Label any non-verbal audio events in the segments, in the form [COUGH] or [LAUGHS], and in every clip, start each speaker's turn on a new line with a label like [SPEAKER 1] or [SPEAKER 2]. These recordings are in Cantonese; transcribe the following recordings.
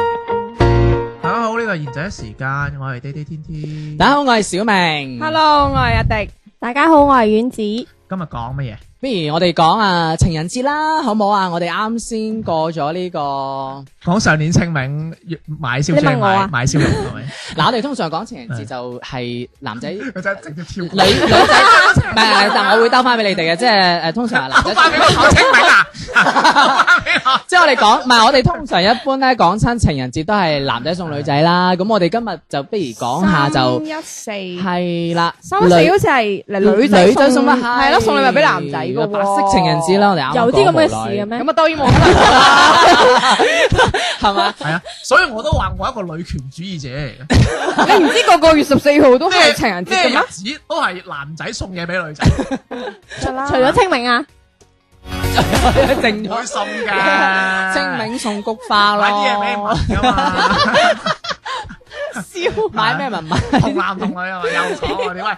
[SPEAKER 1] 大家好，呢度係賢者時間，我係滴滴天天。
[SPEAKER 2] 大家好，我係小明。
[SPEAKER 3] Hello，我係阿迪。
[SPEAKER 4] 大家好，我係丸子。
[SPEAKER 1] 今日講乜嘢？
[SPEAKER 2] 不如我哋講啊情人節啦，好唔好啊？我哋啱先過咗呢、個，
[SPEAKER 1] 講上年清明月買燒
[SPEAKER 4] 你問
[SPEAKER 1] 豬，
[SPEAKER 4] 我啊
[SPEAKER 1] 買買燒肉係咪？ [LAUGHS]
[SPEAKER 2] 嗱，我哋通常講情人節
[SPEAKER 1] 係
[SPEAKER 2] 就係男
[SPEAKER 1] [LAUGHS]
[SPEAKER 2] 仔。女
[SPEAKER 1] 佢真係直接跳
[SPEAKER 2] 女仔，唔係，但我會兜翻俾你哋嘅，即係誒，通常係男仔
[SPEAKER 1] 我。翻俾我講清明啊！
[SPEAKER 3] [LAUGHS]
[SPEAKER 2] 即係我哋講，唔係我哋通常一般咧講親情人節都係男仔送女仔啦。咁我哋今日就不如講下就
[SPEAKER 3] 一四，
[SPEAKER 2] 係啦，
[SPEAKER 3] 三一四好似係嚟女
[SPEAKER 2] 女
[SPEAKER 3] 仔
[SPEAKER 2] 仔送乜
[SPEAKER 3] 乜？係咯，送禮物俾男仔嘅
[SPEAKER 2] 白色情人節啦，我哋啱啱
[SPEAKER 4] 有啲咁嘅事
[SPEAKER 2] 講無
[SPEAKER 4] 嘅
[SPEAKER 2] 耐 [LAUGHS]
[SPEAKER 4] 咩
[SPEAKER 3] 咁？啊，當然冇可
[SPEAKER 4] [LAUGHS]
[SPEAKER 3] 能啦。
[SPEAKER 2] 係嘛？
[SPEAKER 1] 係啊，所以我都話我係一個女權主義者嚟嘅，
[SPEAKER 3] 你唔知個個月十四號都係
[SPEAKER 1] 咩
[SPEAKER 3] 情人節嘅
[SPEAKER 1] 咩
[SPEAKER 3] 咩
[SPEAKER 1] 日？子都係男仔送嘢俾女仔，
[SPEAKER 3] 得啦
[SPEAKER 4] [LAUGHS] 除咗清明啊，
[SPEAKER 2] 正
[SPEAKER 1] 開
[SPEAKER 2] 咗
[SPEAKER 1] 心
[SPEAKER 3] [LAUGHS]
[SPEAKER 1] 㗎。
[SPEAKER 2] 清明送菊
[SPEAKER 3] 啊
[SPEAKER 2] 花咯，
[SPEAKER 1] 買啲嘢俾人聞㗎嘛， [LAUGHS] 啊
[SPEAKER 2] 燒買咩文物？ [LAUGHS]
[SPEAKER 1] 同男同女啊嘛，又講我哋喂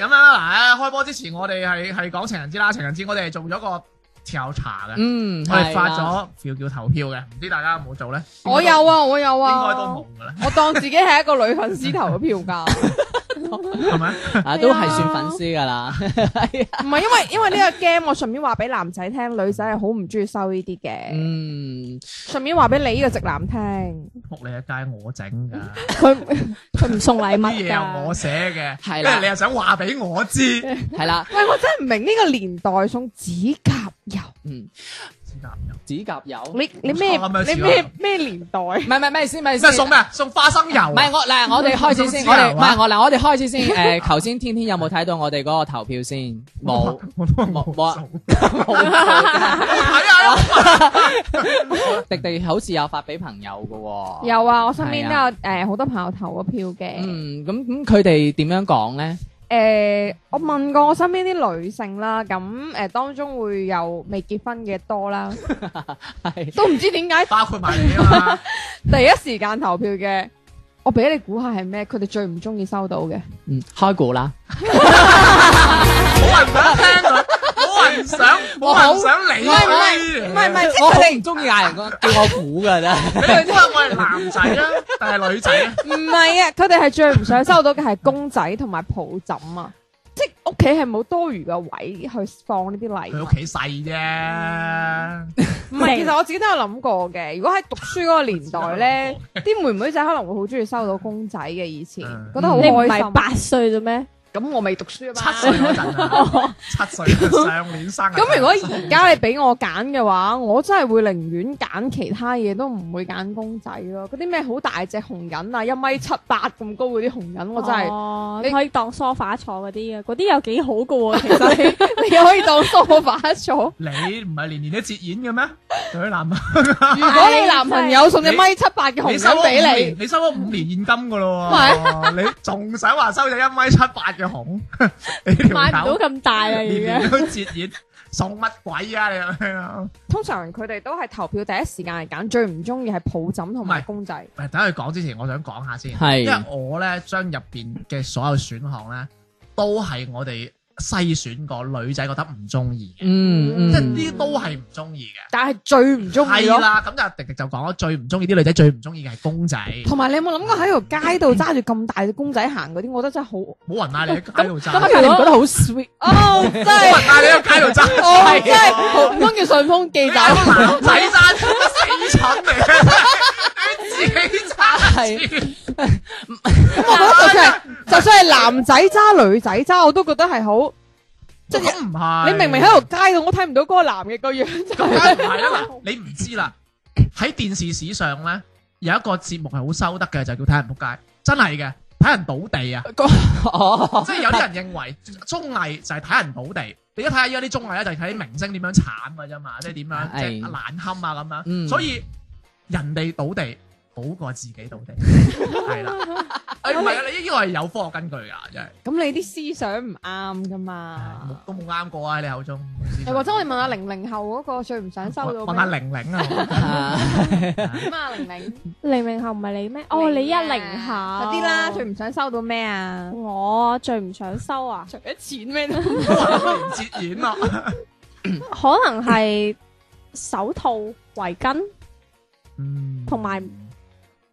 [SPEAKER 1] 咁樣啦嗱，開波之前我哋係係講情人節啦，情人節我哋係做咗個調查嘅。
[SPEAKER 2] 嗯，
[SPEAKER 1] 我哋發
[SPEAKER 2] 係啦。
[SPEAKER 1] 咗票叫投票嘅，唔知大家有冇做咧？
[SPEAKER 3] 我有啊，我有
[SPEAKER 1] 應
[SPEAKER 3] 啊。
[SPEAKER 1] 該都冇噶啦，
[SPEAKER 3] 我當自己係一個女粉絲投嘅票㗎，
[SPEAKER 1] 係咪？ [LAUGHS]
[SPEAKER 2] 啊，都係算粉絲㗎啦，
[SPEAKER 3] 唔係因為因為呢個 game，我順便話俾男仔聽，女仔係好唔中意收呢啲嘅。
[SPEAKER 2] 嗯，
[SPEAKER 3] 順便話俾你呢個直男聽，
[SPEAKER 1] 仆你一街，我整噶，
[SPEAKER 4] 佢佢唔送禮
[SPEAKER 1] 啲
[SPEAKER 4] 物
[SPEAKER 1] 嘢又
[SPEAKER 4] 噶
[SPEAKER 1] 我。寫嘅，
[SPEAKER 2] 係啦
[SPEAKER 1] 跟住你又想話俾我
[SPEAKER 2] [LAUGHS]
[SPEAKER 1] 知，
[SPEAKER 2] 係啦，
[SPEAKER 3] 喂，我真係唔明呢個年代送指甲油。
[SPEAKER 2] 嗯，
[SPEAKER 1] 知道
[SPEAKER 2] 指甲油，唔
[SPEAKER 3] 你你咩
[SPEAKER 1] 我錯咁樣
[SPEAKER 3] 你
[SPEAKER 1] 試
[SPEAKER 3] 咩
[SPEAKER 1] 下
[SPEAKER 3] 咩年代？
[SPEAKER 2] 係唔係咩先，咩
[SPEAKER 1] 咩
[SPEAKER 2] 先，
[SPEAKER 1] 送咩？送花生油啊，
[SPEAKER 2] 唔係我嗱，我哋開始 [LAUGHS] 先，
[SPEAKER 1] 送
[SPEAKER 2] 我
[SPEAKER 1] 指甲
[SPEAKER 2] 哋
[SPEAKER 1] 油啊
[SPEAKER 2] 唔係我嗱，我哋開始先。 [LAUGHS] 誒，頭先天天有冇睇到我哋嗰個投票先？冇，
[SPEAKER 1] 我都
[SPEAKER 2] 冇
[SPEAKER 1] 冇啊
[SPEAKER 2] 冇啊
[SPEAKER 1] 做
[SPEAKER 2] 冇。
[SPEAKER 1] 睇下
[SPEAKER 2] [LAUGHS] 迪迪好似有發俾朋友㗎喎。
[SPEAKER 3] 有啊，我身邊都
[SPEAKER 2] 係啊
[SPEAKER 3] 有誒好多朋友投過票嘅。
[SPEAKER 2] 嗯，咁咁佢哋點樣講咧？
[SPEAKER 3] 誒，我問過我身邊啲女性啦，咁誒當中會有未結婚嘅多啦，
[SPEAKER 2] 係
[SPEAKER 3] [LAUGHS] 都唔知點解
[SPEAKER 1] 包括埋你啊嘛，
[SPEAKER 3] 第一時間投票嘅。我俾你估下係咩？佢哋最唔中意收到嘅。
[SPEAKER 2] 嗯，開估啦。
[SPEAKER 1] 冇人想聽佢，冇人想，冇人想理佢。
[SPEAKER 3] 係
[SPEAKER 2] 我好唔中意嗌人講叫我估㗎啫。
[SPEAKER 1] 你哋估下我係男仔啊，定係女仔啊？
[SPEAKER 3] 唔係啊，佢哋係最唔想收到嘅係公仔同埋抱枕啊，即係屋企係冇多餘嘅位去放呢啲禮
[SPEAKER 1] [LAUGHS] 佢
[SPEAKER 3] 物
[SPEAKER 1] 屋。企細啫，
[SPEAKER 3] 唔係，其實我自己都有諗過嘅。如果喺讀書嗰個年代 [LAUGHS] 咧，啲妹妹仔可能會好中意收到公仔嘅，以前
[SPEAKER 1] 嗯
[SPEAKER 3] 覺得好
[SPEAKER 4] 你唔
[SPEAKER 3] 開
[SPEAKER 4] 係
[SPEAKER 3] 心。
[SPEAKER 4] 八歲啫咩？
[SPEAKER 3] 咁我未讀書啊
[SPEAKER 1] 七歲
[SPEAKER 3] 嘛。
[SPEAKER 1] 嗰陣啊，七歲上年生日。啊
[SPEAKER 3] 咁如果而家你俾我揀嘅話，我真係會寧願揀其他嘢，都唔會揀公仔咯。嗰啲咩好大隻紅人啊，一米七八咁高嗰啲紅人，我真係、
[SPEAKER 4] 哦
[SPEAKER 3] 你
[SPEAKER 4] 可以當梳化坐嗰啲啊，嗰啲又幾好噶喎。其 [LAUGHS] 實
[SPEAKER 3] 你可以當梳化坐。
[SPEAKER 1] 你唔係年年都節演嘅咩？對於男朋
[SPEAKER 3] 如果你男朋友送隻米七八嘅
[SPEAKER 1] 友，
[SPEAKER 3] 紅
[SPEAKER 1] 你收
[SPEAKER 3] 人
[SPEAKER 1] 咗五
[SPEAKER 3] 俾
[SPEAKER 1] 年，
[SPEAKER 3] 你，
[SPEAKER 1] 你收咗五年現金噶咯喎，你仲想話收隻一米七八嘅紅？你
[SPEAKER 4] 買
[SPEAKER 1] 條
[SPEAKER 4] 唔到
[SPEAKER 1] 狗
[SPEAKER 4] 咁大啊，
[SPEAKER 1] 年
[SPEAKER 4] 而家
[SPEAKER 1] 年都節演，送乜鬼啊你咁樣？
[SPEAKER 3] 通常佢哋都係投票第一時間係揀最唔中意係抱枕同埋
[SPEAKER 1] 唔係
[SPEAKER 3] 公仔。
[SPEAKER 1] 喂等佢講之前，我想講下先，
[SPEAKER 2] 係
[SPEAKER 1] 因為我咧將入邊嘅所有選項咧，都係我哋篩選過女仔覺得唔中意嘅，
[SPEAKER 2] 嗯
[SPEAKER 1] 即
[SPEAKER 2] 嗯，
[SPEAKER 1] 係呢啲都係唔中意嘅。
[SPEAKER 3] 但係最唔中意
[SPEAKER 1] 係
[SPEAKER 3] 咯。
[SPEAKER 1] 啦，咁就迪迪就講咗最唔中意啲女仔最唔中意嘅係公仔，
[SPEAKER 3] 同埋你有冇諗過喺條街度揸住咁大隻公仔行嗰啲，我覺得真係好
[SPEAKER 1] 冇人嗌你喺街度揸
[SPEAKER 2] 咁。佢哋唔覺得好 sweet。
[SPEAKER 3] 哦，真係
[SPEAKER 1] 冇人嗌啊你喺街度揸。
[SPEAKER 3] 哦，真係好唔通叫順豐寄
[SPEAKER 1] 你啊
[SPEAKER 3] 走？
[SPEAKER 1] 打個男仔揸車死蠢嚟
[SPEAKER 3] [LAUGHS]
[SPEAKER 1] 嘅，你自己揸車。
[SPEAKER 3] 我覺得就算係
[SPEAKER 1] 啊
[SPEAKER 3] 就算係男仔揸女仔揸，我都覺得係好。即係
[SPEAKER 1] 咁唔係，
[SPEAKER 3] 你明明喺條街度，我睇唔到嗰個男嘅個樣就
[SPEAKER 1] 梗
[SPEAKER 3] 係。
[SPEAKER 1] 係唔係啦，嗱，你唔知啦。喺電視史上咧，有一個節目係好收得嘅，就叫睇人仆街，真係嘅，睇人倒地啊！
[SPEAKER 2] [LAUGHS] 哦，
[SPEAKER 1] [LAUGHS] 即係有啲人認為綜藝就係睇人倒地，你一睇下依家啲綜藝咧，就係睇明星點樣慘嘅啫嘛，即係點樣即係
[SPEAKER 2] 係
[SPEAKER 1] 難堪啊咁樣。
[SPEAKER 2] 嗯
[SPEAKER 1] 所以人哋倒地好過自己倒地，
[SPEAKER 2] [LAUGHS]
[SPEAKER 1] 係啦。誒唔係啊，你呢個係有科學根據㗎，真係
[SPEAKER 3] 咁你啲思想唔啱噶嘛
[SPEAKER 1] 唉？都冇啱過啊！喺你口中，
[SPEAKER 3] [LAUGHS] 又或者我哋問下零零後嗰個最唔想收到
[SPEAKER 1] 問下玲
[SPEAKER 3] [LAUGHS]
[SPEAKER 1] 玲啊，
[SPEAKER 3] 咩啊？零零
[SPEAKER 4] 零零後唔係你咩？哦，你一零後
[SPEAKER 3] 嗰啲啦，最唔想收到咩啊？
[SPEAKER 4] 我最唔想收啊，
[SPEAKER 3] 除咗錢咩？
[SPEAKER 1] 我都話都唔接演咯。
[SPEAKER 4] 可能係手套、圍巾 [LAUGHS]
[SPEAKER 1] 嗯
[SPEAKER 4] 同埋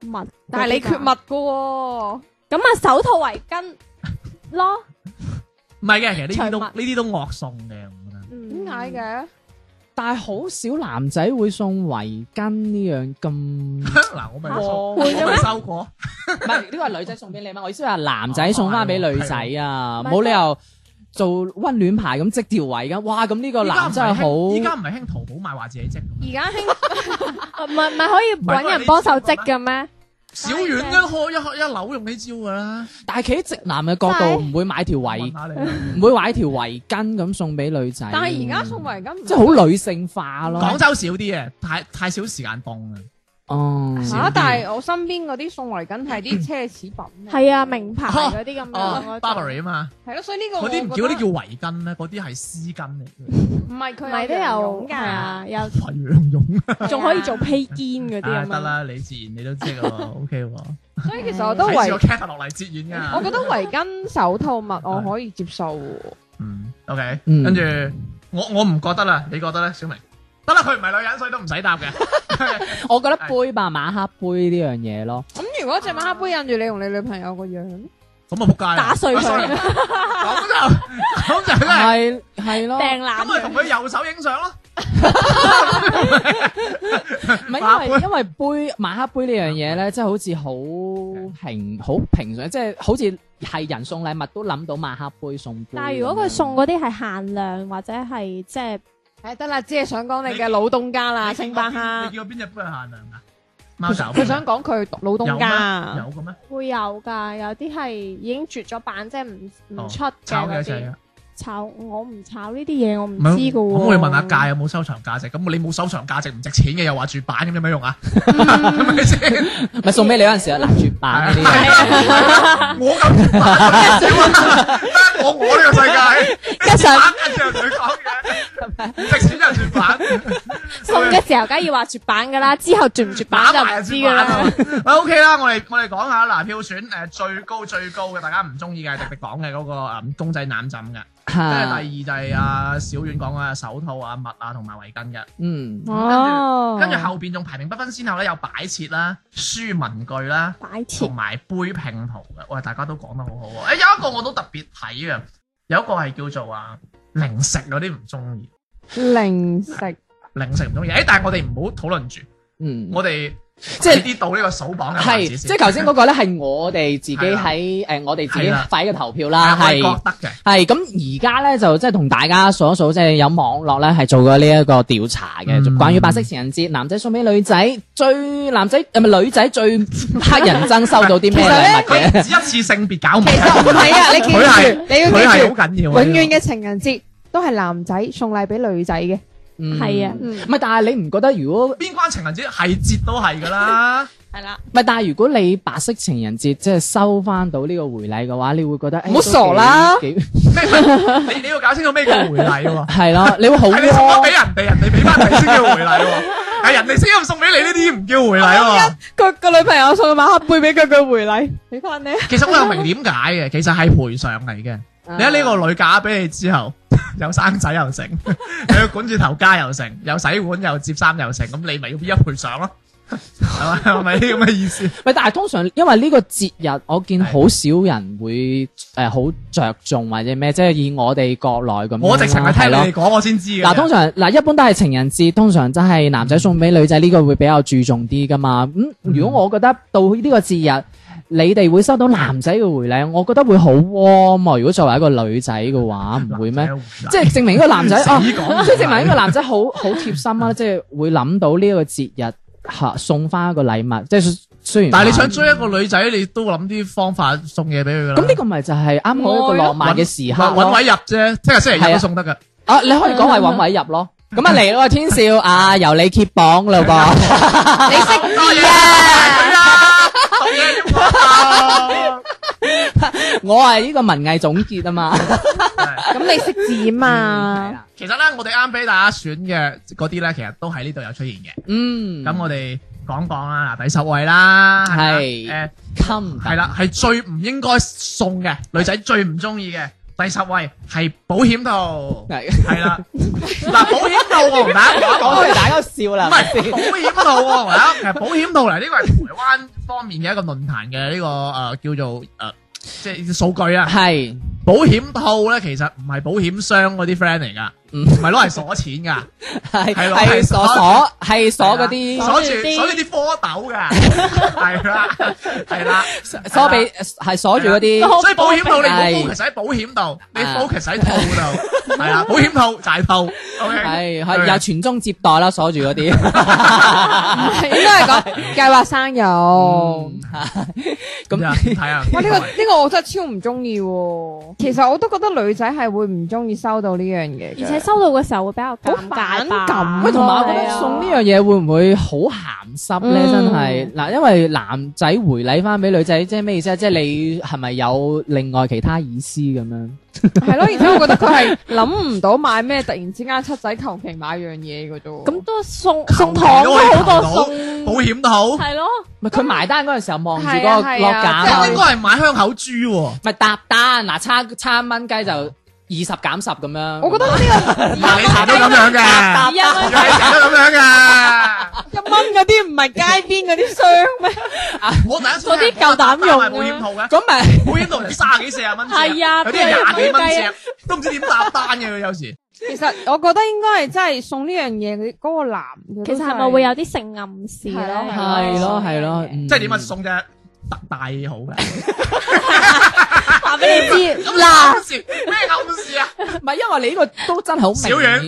[SPEAKER 4] 襪。
[SPEAKER 3] 但係你缺物噶喎，
[SPEAKER 4] 咁啊，手套、圍巾咯。
[SPEAKER 1] 唔係嘅，其實呢啲都
[SPEAKER 4] 長
[SPEAKER 1] 呢
[SPEAKER 4] 襪
[SPEAKER 1] 啲都惡送嘅，我覺得。
[SPEAKER 3] 點
[SPEAKER 4] 點
[SPEAKER 3] 解？嘅？
[SPEAKER 2] 但係好少男仔會送圍巾呢樣咁，唔
[SPEAKER 1] [LAUGHS] 嗱，我咪收，我咪收過。
[SPEAKER 2] 係呢個係女仔送俾你嘛？
[SPEAKER 1] 哦
[SPEAKER 2] 我意思係男仔送翻俾女仔啊，
[SPEAKER 4] 係喎
[SPEAKER 2] 冇理由做温暖牌咁織條圍巾。哇！咁呢個男真係
[SPEAKER 1] 依家
[SPEAKER 2] 好，
[SPEAKER 1] 唔係興淘寶買話自己織㗎嘛，
[SPEAKER 3] 而家興
[SPEAKER 4] 唔係唔係可以揾人幫手織嘅咩？
[SPEAKER 1] 小遠一開一開一樓用呢招㗎啦。
[SPEAKER 2] 但係企喺直男嘅角度，唔會買條
[SPEAKER 1] 問
[SPEAKER 2] 圍，
[SPEAKER 1] 下你啊
[SPEAKER 2] 唔會買條圍巾咁送俾女仔。
[SPEAKER 3] 但係而家送圍巾唔
[SPEAKER 2] 即係好女性化咯。
[SPEAKER 1] 廣州少啲嘅，太太少時間凍啊啦。
[SPEAKER 2] 哦，
[SPEAKER 3] 嚇，但係我身邊嗰啲送圍巾係啲奢侈品，
[SPEAKER 4] 係啊，名牌嗰啲咁
[SPEAKER 1] 哦
[SPEAKER 4] 樣嗰種。
[SPEAKER 1] ，Burberry 啊嘛，
[SPEAKER 3] 係咯，所以呢個
[SPEAKER 1] 嗰啲
[SPEAKER 3] 我
[SPEAKER 1] 唔叫
[SPEAKER 3] 覺
[SPEAKER 1] 嗰
[SPEAKER 3] 得
[SPEAKER 1] 啲叫圍巾咧，嗰啲係絲巾嚟嘅， [LAUGHS]
[SPEAKER 3] 唔係
[SPEAKER 4] 唔
[SPEAKER 3] 佢
[SPEAKER 4] 係都
[SPEAKER 3] 羊
[SPEAKER 4] 有
[SPEAKER 3] 絨㗎，
[SPEAKER 4] 啊，有
[SPEAKER 1] 圍羊絨
[SPEAKER 4] [LAUGHS] 仲可以做披肩嗰啲
[SPEAKER 1] 啊，
[SPEAKER 4] 咁
[SPEAKER 1] 得
[SPEAKER 4] 樣。
[SPEAKER 1] 啦，嗯你自然你都知㗎喎，OK 喎。
[SPEAKER 3] 所以其實我都
[SPEAKER 1] 睇住
[SPEAKER 3] 圍
[SPEAKER 1] 個 cat 落嚟接遠㗎。
[SPEAKER 3] 我覺得圍巾、手套、襪我可以接受喎。
[SPEAKER 1] 嗯，OK，
[SPEAKER 2] 嗯
[SPEAKER 1] 跟住我我唔覺得啦，你覺得咧，小明？得啦，佢唔係女人，所以都唔使答嘅。
[SPEAKER 2] 我覺得杯吧，馬克杯呢樣嘢咯，
[SPEAKER 3] 咁如果隻馬克杯印住你同你女朋友個樣，
[SPEAKER 1] 咁啊，仆街啦！
[SPEAKER 4] 打碎
[SPEAKER 3] [LAUGHS]
[SPEAKER 1] [LAUGHS]
[SPEAKER 4] 佢
[SPEAKER 1] 啊，sorry 咁就咁就真係
[SPEAKER 2] 係係咯，
[SPEAKER 1] [LAUGHS]
[SPEAKER 4] 掟
[SPEAKER 1] 咁咪同
[SPEAKER 4] 爛
[SPEAKER 1] 佢右手影相咯。
[SPEAKER 2] 唔係因為因為杯馬克杯呢樣嘢咧，即係好似好平好平常，即係好似係人送禮物都諗到馬克杯送杯。
[SPEAKER 4] 但係如果佢送嗰啲係限量或者係即係
[SPEAKER 3] 誒得啦，只係想講你嘅老東家啦，
[SPEAKER 1] 你見
[SPEAKER 3] 星
[SPEAKER 1] 過
[SPEAKER 3] 巴克。
[SPEAKER 1] 邊你見過邊只杯係限量㗎？貓爪杯
[SPEAKER 3] 佢想講佢老東
[SPEAKER 1] 有
[SPEAKER 3] 家，
[SPEAKER 1] 咩有嘅咩？
[SPEAKER 4] 會有㗎，有啲係已經絕咗版，即係唔
[SPEAKER 1] 哦
[SPEAKER 4] 唔出嘅
[SPEAKER 1] 炒嘅
[SPEAKER 4] 嗰
[SPEAKER 1] 就係
[SPEAKER 4] 啲
[SPEAKER 1] 啊。
[SPEAKER 4] 炒我唔炒呢啲嘢，我唔
[SPEAKER 1] 唔係
[SPEAKER 4] 知㗎喎。
[SPEAKER 1] 咁我哋問下價有冇收藏價值？咁你冇收藏價值唔值錢嘅，又話絕版咁有咩用啊？係咪先？
[SPEAKER 2] 咪送俾你嗰陣時啊，立
[SPEAKER 1] [LAUGHS]
[SPEAKER 2] 住版嗰啲，
[SPEAKER 1] 我咁絕版少啊，得我我呢個世界，
[SPEAKER 4] 加上
[SPEAKER 1] 跟住佢講嘅，值錢就絕版，
[SPEAKER 4] 送嘅時候，梗係要話絕版
[SPEAKER 1] [LAUGHS]
[SPEAKER 4] 㗎啦，之後絕唔絕版
[SPEAKER 1] 打
[SPEAKER 4] 就
[SPEAKER 1] 埋
[SPEAKER 4] 唔
[SPEAKER 1] 就
[SPEAKER 4] 知
[SPEAKER 1] 絕
[SPEAKER 4] 㗎
[SPEAKER 1] 版
[SPEAKER 4] 啦。
[SPEAKER 1] 啊。喂，OK 啦，我哋我哋講下嗱，票選誒最高最高嘅，大家唔中意嘅，迪迪講嘅嗰個誒公仔攬枕嘅。
[SPEAKER 4] 啊
[SPEAKER 2] 嚇
[SPEAKER 1] 跟住第二就係阿小遠講嘅手套啊、襪啊同埋圍巾嘅，
[SPEAKER 2] 嗯，
[SPEAKER 4] 哦，
[SPEAKER 1] 跟住後邊仲排名不分先後咧，有擺設啦、書文具啦，
[SPEAKER 4] 擺設
[SPEAKER 1] 同埋杯拼圖嘅。喂，大家都講得好好喎。誒、有一個我都特別睇嘅，有一個係叫做啊零食嗰啲唔中意，
[SPEAKER 3] 零食
[SPEAKER 1] 零食唔中意。誒、但係我哋唔好討論住，
[SPEAKER 2] 嗯，
[SPEAKER 1] 我哋
[SPEAKER 2] 即係
[SPEAKER 1] [LAUGHS] 呢啲到呢個數榜嘅環
[SPEAKER 2] 係
[SPEAKER 1] 節
[SPEAKER 2] 即
[SPEAKER 1] 先
[SPEAKER 2] 係頭先嗰個咧，係我哋自己
[SPEAKER 1] 係啦
[SPEAKER 2] 喺誒我哋自己
[SPEAKER 1] 係啦
[SPEAKER 2] 快嘅投票啦，
[SPEAKER 1] 但係
[SPEAKER 2] 啊係
[SPEAKER 1] 我。係覺得嘅。
[SPEAKER 2] 係咁而家咧就即係同大家數一數，即係有網絡咧係做過呢一個調查嘅，
[SPEAKER 1] 嗯
[SPEAKER 2] 關於白色情人節，男仔送俾女仔最男仔誒咪女仔最黑人憎收到啲咩禮物嘅？
[SPEAKER 1] 佢只一次性別搞唔
[SPEAKER 3] 其實唔
[SPEAKER 1] 掂，
[SPEAKER 3] 係啊，你記
[SPEAKER 1] 佢係
[SPEAKER 3] 住，你要
[SPEAKER 1] 佢係
[SPEAKER 3] 記
[SPEAKER 1] 好緊要
[SPEAKER 3] 住，
[SPEAKER 1] 啊。
[SPEAKER 3] 永遠
[SPEAKER 1] 呢
[SPEAKER 3] 嘅情人節都係男仔送禮俾女仔嘅。
[SPEAKER 2] 嗯
[SPEAKER 4] 係啊
[SPEAKER 2] 唔係，但係你唔覺得如果
[SPEAKER 1] 個邊關情人節係節都係
[SPEAKER 2] [LAUGHS]
[SPEAKER 1] 㗎啦。
[SPEAKER 3] 係啦，
[SPEAKER 2] 唔係，但係如果你白色情人節即係收翻到呢個回禮嘅話，你會覺得誒哎
[SPEAKER 3] 唔好傻啦
[SPEAKER 2] 都幾幾
[SPEAKER 1] 咩？你你要搞清楚咩叫回禮喎？
[SPEAKER 2] 係咯，你會好啊
[SPEAKER 1] 係你送咗俾 [LAUGHS]
[SPEAKER 2] 窩。
[SPEAKER 1] 人哋，人哋俾翻你先叫回禮喎。係人哋先咁送俾你呢啲唔叫回禮喎。
[SPEAKER 3] 佢個女朋友送個馬克杯俾佢，佢回禮俾翻你。
[SPEAKER 1] 其實我又明點解
[SPEAKER 3] [LAUGHS]
[SPEAKER 1] 嘅，其實係賠償嚟嘅。
[SPEAKER 3] À.
[SPEAKER 1] 你喺呢個女嫁俾你之後， [LAUGHS] 有生仔又成， [LAUGHS] 又要管住頭家又成，又洗碗又接衫又成，咁你咪要一賠償咯。係咪係咪呢咁嘅意思？
[SPEAKER 2] 唔係，但係通常因為呢個節日，我見好少人會誒好着重或者咩，即係以我哋國內咁樣啦。
[SPEAKER 1] 我直情係聽
[SPEAKER 2] 咯
[SPEAKER 1] 你哋講我先知嘅。
[SPEAKER 2] 嗱，通常嗱，一般都係情人節，通常真係男仔送俾女仔呢個會比較注重啲噶嘛。咁、
[SPEAKER 1] 嗯
[SPEAKER 2] 如果我覺得到呢個節日，你哋會收到男仔嘅回禮，我覺得會好 warm 啊。如果作為一個女仔嘅話，唔會咩？即
[SPEAKER 1] 即
[SPEAKER 2] 係證明呢個
[SPEAKER 1] [LAUGHS]
[SPEAKER 2] 男仔
[SPEAKER 1] 死
[SPEAKER 2] 哦，
[SPEAKER 1] 講
[SPEAKER 2] 即係證明呢個男仔好好貼心啦，即係會諗到呢一個節日嚇送翻一個禮物，即係雖然
[SPEAKER 1] 但係你
[SPEAKER 2] 話
[SPEAKER 1] 想追一個女仔，你都諗啲方法送嘢俾佢㗎啦。
[SPEAKER 2] 咁呢個咪就係啱好一個浪漫嘅時刻
[SPEAKER 1] 搵
[SPEAKER 2] 咯。
[SPEAKER 1] 位入啫，聽日星期日
[SPEAKER 2] 係
[SPEAKER 1] 都
[SPEAKER 2] 啊
[SPEAKER 1] 送得㗎。
[SPEAKER 2] 啊，你可以講係揾位入咯。咁啊嚟咯，天少啊，由你揭榜嘞
[SPEAKER 1] [LAUGHS]
[SPEAKER 2] 噃。
[SPEAKER 3] 你識
[SPEAKER 1] 多嘢啊！多
[SPEAKER 3] [LAUGHS]
[SPEAKER 1] 嘢
[SPEAKER 2] 我係呢個文藝總結啊嘛。
[SPEAKER 3] 咁
[SPEAKER 1] 要
[SPEAKER 3] 你識字
[SPEAKER 2] 係
[SPEAKER 3] 嘛？
[SPEAKER 2] 啦
[SPEAKER 1] 其實咧，我哋啱俾大家選嘅嗰啲咧，其實都喺呢度有出現嘅。
[SPEAKER 2] 嗯，
[SPEAKER 1] 咁我哋講講啦，嗱，第十位啦，
[SPEAKER 2] 係
[SPEAKER 1] 誒
[SPEAKER 2] 襟
[SPEAKER 1] 係啦，係最唔應該送嘅，女仔最唔中意嘅。第十位係保險套，
[SPEAKER 2] [LAUGHS] 係
[SPEAKER 1] 係啦。嗱，保險套我同大家講一講
[SPEAKER 2] 講。嚟大家都笑啦
[SPEAKER 1] 唔。係保險套喎，嗱，其實保險套嚟呢個係台灣方面嘅一個論壇嘅呢個誒、呃叫做誒、呃即係數據啊。
[SPEAKER 2] 係
[SPEAKER 1] 保險套咧其實唔係保險箱嗰啲 friend 嚟㗎，
[SPEAKER 2] 嗯
[SPEAKER 1] 唔係攞嚟鎖錢㗎，
[SPEAKER 2] 係
[SPEAKER 1] 係咯
[SPEAKER 2] 係
[SPEAKER 1] 係
[SPEAKER 2] 鎖鎖係鎖嗰
[SPEAKER 1] 係
[SPEAKER 2] 啲
[SPEAKER 1] 啦鎖住鎖住啲蝌蚪㗎，係啦係啦，
[SPEAKER 2] 鎖俾係鎖住嗰啲。
[SPEAKER 1] 所以保險套你唔好
[SPEAKER 2] 係
[SPEAKER 1] focus 喺保險度，你
[SPEAKER 2] 啊
[SPEAKER 1] focus 喺套度，係啦，保險套就係套，OK，
[SPEAKER 2] 係係有傳宗接代啦，鎖住嗰啲。
[SPEAKER 3] 應該係講計劃生育。
[SPEAKER 2] 嗯
[SPEAKER 1] 咁
[SPEAKER 2] [LAUGHS] 咁
[SPEAKER 1] 就睇啊，
[SPEAKER 3] 哇！呢個呢個我真係超唔中意喎。其實我都覺得女仔係會唔中意收到呢樣嘢
[SPEAKER 4] 而
[SPEAKER 3] 嘅，
[SPEAKER 4] 且收到嘅時候會比較尷尬
[SPEAKER 3] 好反感
[SPEAKER 4] 吧。
[SPEAKER 2] 喂，同埋我覺
[SPEAKER 4] 係
[SPEAKER 2] 得
[SPEAKER 4] 啊
[SPEAKER 2] 送呢樣嘢會唔會好鹹濕咧？
[SPEAKER 3] 嗯
[SPEAKER 2] 真係嗱，因為男仔回禮翻俾女仔，即係咩意思啊？即係你係咪有另外其他意思咁樣？
[SPEAKER 3] 係咯。而且我覺得佢 [LAUGHS] 係諗唔到買咩，突然之間七仔求其買樣嘢嘅啫喎。
[SPEAKER 4] 咁都送
[SPEAKER 1] 求
[SPEAKER 4] 送
[SPEAKER 1] 其
[SPEAKER 4] 糖
[SPEAKER 1] 都
[SPEAKER 4] 都
[SPEAKER 1] 可以
[SPEAKER 4] 好過
[SPEAKER 1] 求到
[SPEAKER 4] 送
[SPEAKER 1] 保，險套。
[SPEAKER 4] 係咯，
[SPEAKER 2] 唔係佢埋單嗰陣時候望住
[SPEAKER 3] 係
[SPEAKER 2] 嗰
[SPEAKER 3] 啊
[SPEAKER 2] 個
[SPEAKER 3] 係
[SPEAKER 2] 落
[SPEAKER 3] 啊
[SPEAKER 2] 架
[SPEAKER 1] 即
[SPEAKER 3] 即
[SPEAKER 1] 係
[SPEAKER 3] 係
[SPEAKER 1] 應
[SPEAKER 2] 嘛，
[SPEAKER 1] 該係買香口珠喎。
[SPEAKER 2] 咪搭單嗱，差差一蚊雞就二十減十咁樣。
[SPEAKER 3] 我覺得呢
[SPEAKER 1] 唔係你查得咁樣嘅，
[SPEAKER 4] 一 [LAUGHS] 蚊
[SPEAKER 1] 你查得咁樣嘅。
[SPEAKER 3] 個一蚊嗰啲唔係街邊嗰啲箱咩？
[SPEAKER 1] 我第一次
[SPEAKER 4] 嗰啲夠膽用
[SPEAKER 1] 買
[SPEAKER 4] 啊
[SPEAKER 1] 保險套嘅，
[SPEAKER 2] 咁咪
[SPEAKER 1] 保險套成卅幾四十蚊隻，
[SPEAKER 4] 係啊
[SPEAKER 1] 有啲係廿幾蚊
[SPEAKER 4] 邊有
[SPEAKER 1] 隻，
[SPEAKER 4] 人
[SPEAKER 1] 都唔知點搭單嘅佢有時。
[SPEAKER 3] 其實我覺得應該係真係送呢樣嘢嗰嗰個男嘅都
[SPEAKER 4] 其
[SPEAKER 3] 真，
[SPEAKER 4] 實係咪會有啲性暗示
[SPEAKER 3] 係咯
[SPEAKER 4] 咧？
[SPEAKER 2] 係咯係咯，
[SPEAKER 1] 即
[SPEAKER 2] 即
[SPEAKER 1] 係點啊？送隻特大嘢好嘅，
[SPEAKER 3] 話俾你知
[SPEAKER 1] 嗱咩暗示啊？
[SPEAKER 2] 唔係因為你呢個都真係好
[SPEAKER 1] 小
[SPEAKER 2] 明
[SPEAKER 1] 樣呢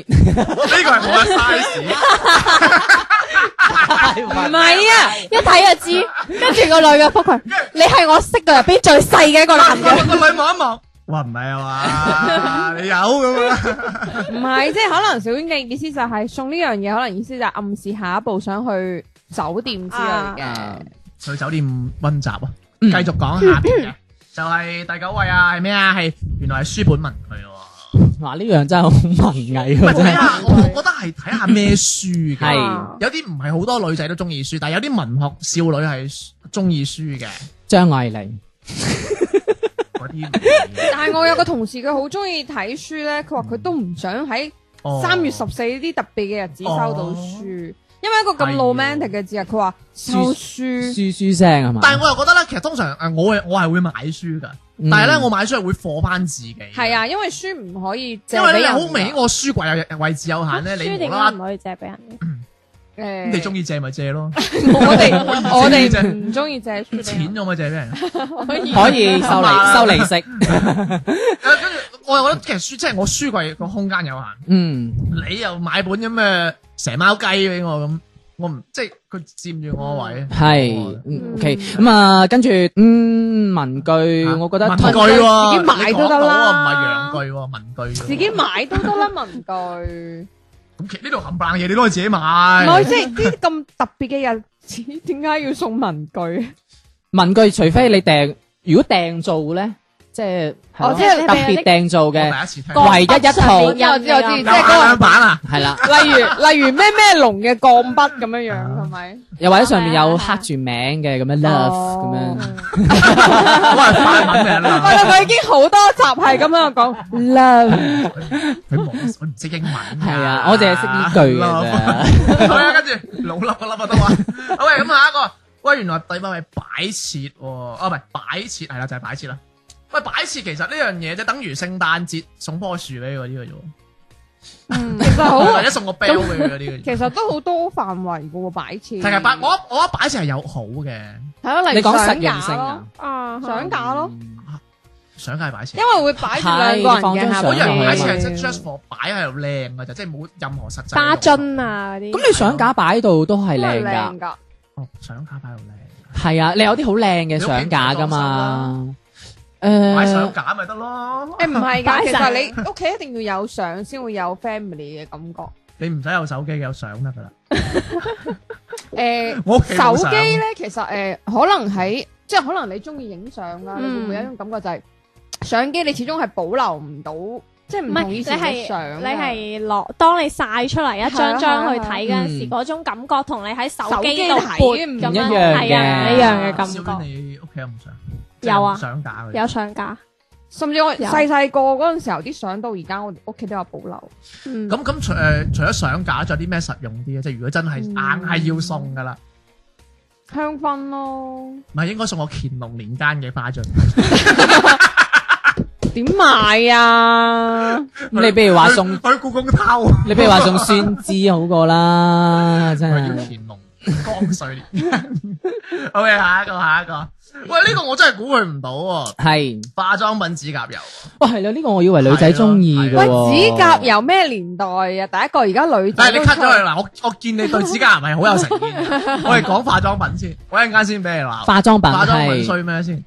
[SPEAKER 1] 個係我嘅 size，
[SPEAKER 2] 顯，
[SPEAKER 3] 唔係啊，
[SPEAKER 4] 一睇就知，
[SPEAKER 3] 跟住個女嘅覆佢，你係我識嘅入邊最細嘅一個男嘅。
[SPEAKER 1] 個個女望一望，哇唔係啊嘛，你有咁啊？
[SPEAKER 3] 唔係，即係可能小娟嘅意思就係送呢樣嘢，可能意思就係暗示下一步想去酒店之類嘅。
[SPEAKER 2] 啊
[SPEAKER 1] 去酒店温習啊，繼續講下邊嘅，就係第九位啊，係咩啊？係原來係書本文具喎。
[SPEAKER 2] 哇呢樣真係好文藝
[SPEAKER 1] 唔
[SPEAKER 2] 喎，
[SPEAKER 1] 係
[SPEAKER 2] 真
[SPEAKER 1] 睇
[SPEAKER 2] 係
[SPEAKER 1] 下，我我覺得係睇下咩書嘅。
[SPEAKER 2] 係
[SPEAKER 1] 有啲唔係好多女仔都中意書，但係有啲文學少女係中意書嘅
[SPEAKER 2] 張愛玲
[SPEAKER 1] 嗰啲唔係。
[SPEAKER 3] [LAUGHS] 但係我有個同事佢好中意睇書咧，佢話佢都唔想喺
[SPEAKER 1] 哦
[SPEAKER 3] 三月十四呢啲特別嘅日子收到書，因為一個咁
[SPEAKER 1] 係喎啊
[SPEAKER 3] romantic 嘅節日，佢話收書。
[SPEAKER 2] 書書聲係嘛？
[SPEAKER 1] 但係我又覺得咧，其實通常誒，我係我係會買書㗎，
[SPEAKER 2] 嗯
[SPEAKER 1] 但係咧我買書係會貨翻自己。
[SPEAKER 3] 係，啊，因為書唔可以借
[SPEAKER 1] 因為
[SPEAKER 3] 俾
[SPEAKER 1] 咧
[SPEAKER 3] 人㗎。啊
[SPEAKER 1] 好明顯，我書櫃有位置有限咧，
[SPEAKER 4] 書
[SPEAKER 1] 你無
[SPEAKER 4] 點
[SPEAKER 1] 啦
[SPEAKER 4] 解唔
[SPEAKER 1] 啦
[SPEAKER 4] 可以借俾人嘅？
[SPEAKER 3] 誒，
[SPEAKER 1] 咁你中意借咪借咯，
[SPEAKER 3] 我哋我
[SPEAKER 1] [LAUGHS] 意借
[SPEAKER 3] 哋唔中意借書俾
[SPEAKER 1] 錢
[SPEAKER 3] 人。
[SPEAKER 1] 咗咪借俾人。 [LAUGHS]
[SPEAKER 2] 可以收利收利息，
[SPEAKER 1] 誒呃跟住我又覺得其實書即係我書櫃個空間有限。
[SPEAKER 2] 嗯。
[SPEAKER 1] 你又買本咁嘅蛇貓雞俾我咁，我唔即係佢佔住我位。
[SPEAKER 2] 系
[SPEAKER 3] 嗯
[SPEAKER 2] ，OK，咁啊，跟住嗯文具，
[SPEAKER 1] 啊
[SPEAKER 2] 我覺得
[SPEAKER 1] 文具
[SPEAKER 2] 同
[SPEAKER 1] 喎，
[SPEAKER 3] 自己買都得啦
[SPEAKER 1] 你講到啊唔係洋具喎，文具
[SPEAKER 3] 自
[SPEAKER 1] 喎。
[SPEAKER 3] 己買都得啦，文具。
[SPEAKER 1] [LAUGHS] 咁其呢度冚唪唥嘢你都可以自己買。
[SPEAKER 3] 唔係，即係啲咁特別嘅日子，點解要送文具？
[SPEAKER 2] 文具，除非你訂，如果訂做咧，即係係
[SPEAKER 3] 哦
[SPEAKER 2] 咯
[SPEAKER 3] 即係
[SPEAKER 2] 特別訂做
[SPEAKER 1] 我
[SPEAKER 2] 嘅，
[SPEAKER 1] 第一次聽。
[SPEAKER 2] 個唯一一套
[SPEAKER 4] 我知我知我
[SPEAKER 3] 有
[SPEAKER 4] 知即
[SPEAKER 1] 有
[SPEAKER 4] 係
[SPEAKER 3] 嗰個
[SPEAKER 1] 限量版啊！
[SPEAKER 2] 係啦，
[SPEAKER 3] 例
[SPEAKER 1] [LAUGHS]
[SPEAKER 3] 如例如咩咩龍嘅鋼筆咁樣樣，
[SPEAKER 1] 啊
[SPEAKER 3] 係咪？
[SPEAKER 2] 又或者上面有刻住名嘅咁樣 love 咁樣，
[SPEAKER 1] 我係法文名
[SPEAKER 3] 我哋
[SPEAKER 1] 啦，
[SPEAKER 3] 佢已經好多集係咁樣講 love，
[SPEAKER 1] 佢冇，我唔識英文㗎。
[SPEAKER 2] 係啊，我淨係識呢句嘅
[SPEAKER 1] 係
[SPEAKER 2] 啫，
[SPEAKER 1] 啊，跟住老笠個笠啊都話。好喂，咁下一個，喂，原來第八位擺設喎，啊唔係擺設係啦，就係擺設啦。喂，擺設其實呢樣嘢即係等於聖誕節送棵樹俾佢呢個啫喎。
[SPEAKER 3] 其實好
[SPEAKER 1] [LAUGHS] 或，者送個 bell 俾佢嗰啲
[SPEAKER 3] 其
[SPEAKER 1] 嘅。
[SPEAKER 3] 實都好多範圍嘅喎擺設。
[SPEAKER 1] 但係啊擺我我一擺設係有好嘅，
[SPEAKER 3] 係咯，例
[SPEAKER 2] 你
[SPEAKER 3] 如
[SPEAKER 2] 講實
[SPEAKER 3] 相
[SPEAKER 2] 用性
[SPEAKER 3] 架
[SPEAKER 2] 啊
[SPEAKER 3] 咯，，
[SPEAKER 4] 啊，
[SPEAKER 3] 相架咯，
[SPEAKER 1] 嗯想係擺設
[SPEAKER 3] 因。為會擺住兩個人嘅
[SPEAKER 2] 係
[SPEAKER 3] 下
[SPEAKER 1] 我
[SPEAKER 2] 放張
[SPEAKER 1] 以
[SPEAKER 2] 相
[SPEAKER 1] 為擺設
[SPEAKER 2] 上去
[SPEAKER 1] 係即係 just for 擺喺度靚嘅就即係冇任何實際。
[SPEAKER 4] 花樽！啊嗰啲。
[SPEAKER 2] 咁你相架擺度都係靚㗎，
[SPEAKER 3] 噶。
[SPEAKER 1] 哦，相架擺喺度靚。
[SPEAKER 2] 係啊，你有啲好靚嘅
[SPEAKER 1] 你屋企
[SPEAKER 2] 相架㗎嘛，诶，
[SPEAKER 1] 買相架咪得咯。
[SPEAKER 3] 诶， [LAUGHS] 唔係㗎，
[SPEAKER 4] 擺
[SPEAKER 3] 其
[SPEAKER 4] 晒
[SPEAKER 3] 實你屋企一定要有相先會有 family 嘅
[SPEAKER 4] [LAUGHS]
[SPEAKER 3] 感覺。
[SPEAKER 1] 你唔使有手機，有相得噶啦。
[SPEAKER 3] 诶、
[SPEAKER 1] 我屋企
[SPEAKER 3] 手
[SPEAKER 1] 冇
[SPEAKER 3] 機
[SPEAKER 1] 相
[SPEAKER 3] 咧，其實诶、可能喺即係可能你中意影相啦，
[SPEAKER 4] 嗯
[SPEAKER 3] 你會唔會有一種感覺就係相機你始終係保留唔到，即係唔
[SPEAKER 4] 唔係
[SPEAKER 3] 同
[SPEAKER 4] 你
[SPEAKER 3] 以前嘅相
[SPEAKER 4] 係
[SPEAKER 3] 㗎。
[SPEAKER 4] 你啊係落，當你晒出嚟一張張去睇嗰陣時，
[SPEAKER 2] 嗯
[SPEAKER 4] 嗰種感覺同你喺手
[SPEAKER 3] 手
[SPEAKER 4] 機
[SPEAKER 3] 機
[SPEAKER 4] 度
[SPEAKER 3] 睇
[SPEAKER 4] 撥
[SPEAKER 3] 唔
[SPEAKER 4] 咁
[SPEAKER 2] 一
[SPEAKER 4] 樣
[SPEAKER 2] 樣
[SPEAKER 4] 係
[SPEAKER 2] 嘅
[SPEAKER 4] 啊，唔一樣嘅感
[SPEAKER 1] 小娟
[SPEAKER 4] 覺。
[SPEAKER 1] 你屋企有冇相？
[SPEAKER 4] 有啊
[SPEAKER 1] 相架嗰啲。
[SPEAKER 4] 有上架，
[SPEAKER 3] 甚至我
[SPEAKER 4] 有
[SPEAKER 3] 細細個嗰陣時候啲相到而家我屋企都有保留。
[SPEAKER 4] 嗯，
[SPEAKER 1] 咁咁除誒除咗相架，仲有啲咩實用啲啊？即係如果真係硬係要送噶啦，
[SPEAKER 3] 香薰咯，
[SPEAKER 1] [LAUGHS] 唔係應該送我乾隆年間嘅花樽。
[SPEAKER 3] 點買啊？
[SPEAKER 2] 咁你譬如話送
[SPEAKER 1] 去，去故宮偷，
[SPEAKER 2] 你譬如話送嗯酸枝好過啦，
[SPEAKER 1] [LAUGHS]
[SPEAKER 2] 真
[SPEAKER 1] 佢要
[SPEAKER 2] 係。
[SPEAKER 1] 乾隆光緒年間。OK，下一個下一個。喂，呢個我真係估佢唔到喎，
[SPEAKER 2] 係，
[SPEAKER 1] 化妝品指甲油。
[SPEAKER 2] 哇係啦，呢個我以為女仔中意嘅
[SPEAKER 1] 係
[SPEAKER 3] 喂，
[SPEAKER 2] 喎。
[SPEAKER 3] 指甲由咩年代啊？第一個而家女仔
[SPEAKER 1] [LAUGHS] 但係你
[SPEAKER 3] 都
[SPEAKER 1] cut 咗
[SPEAKER 3] 出
[SPEAKER 1] 佢嗱，我我見你對指甲係咪好有成見嘅？我哋講化妝品先，我一陣間先俾你鬧。
[SPEAKER 2] 化妝品
[SPEAKER 1] 化妝品
[SPEAKER 2] 係
[SPEAKER 1] 衰咩先？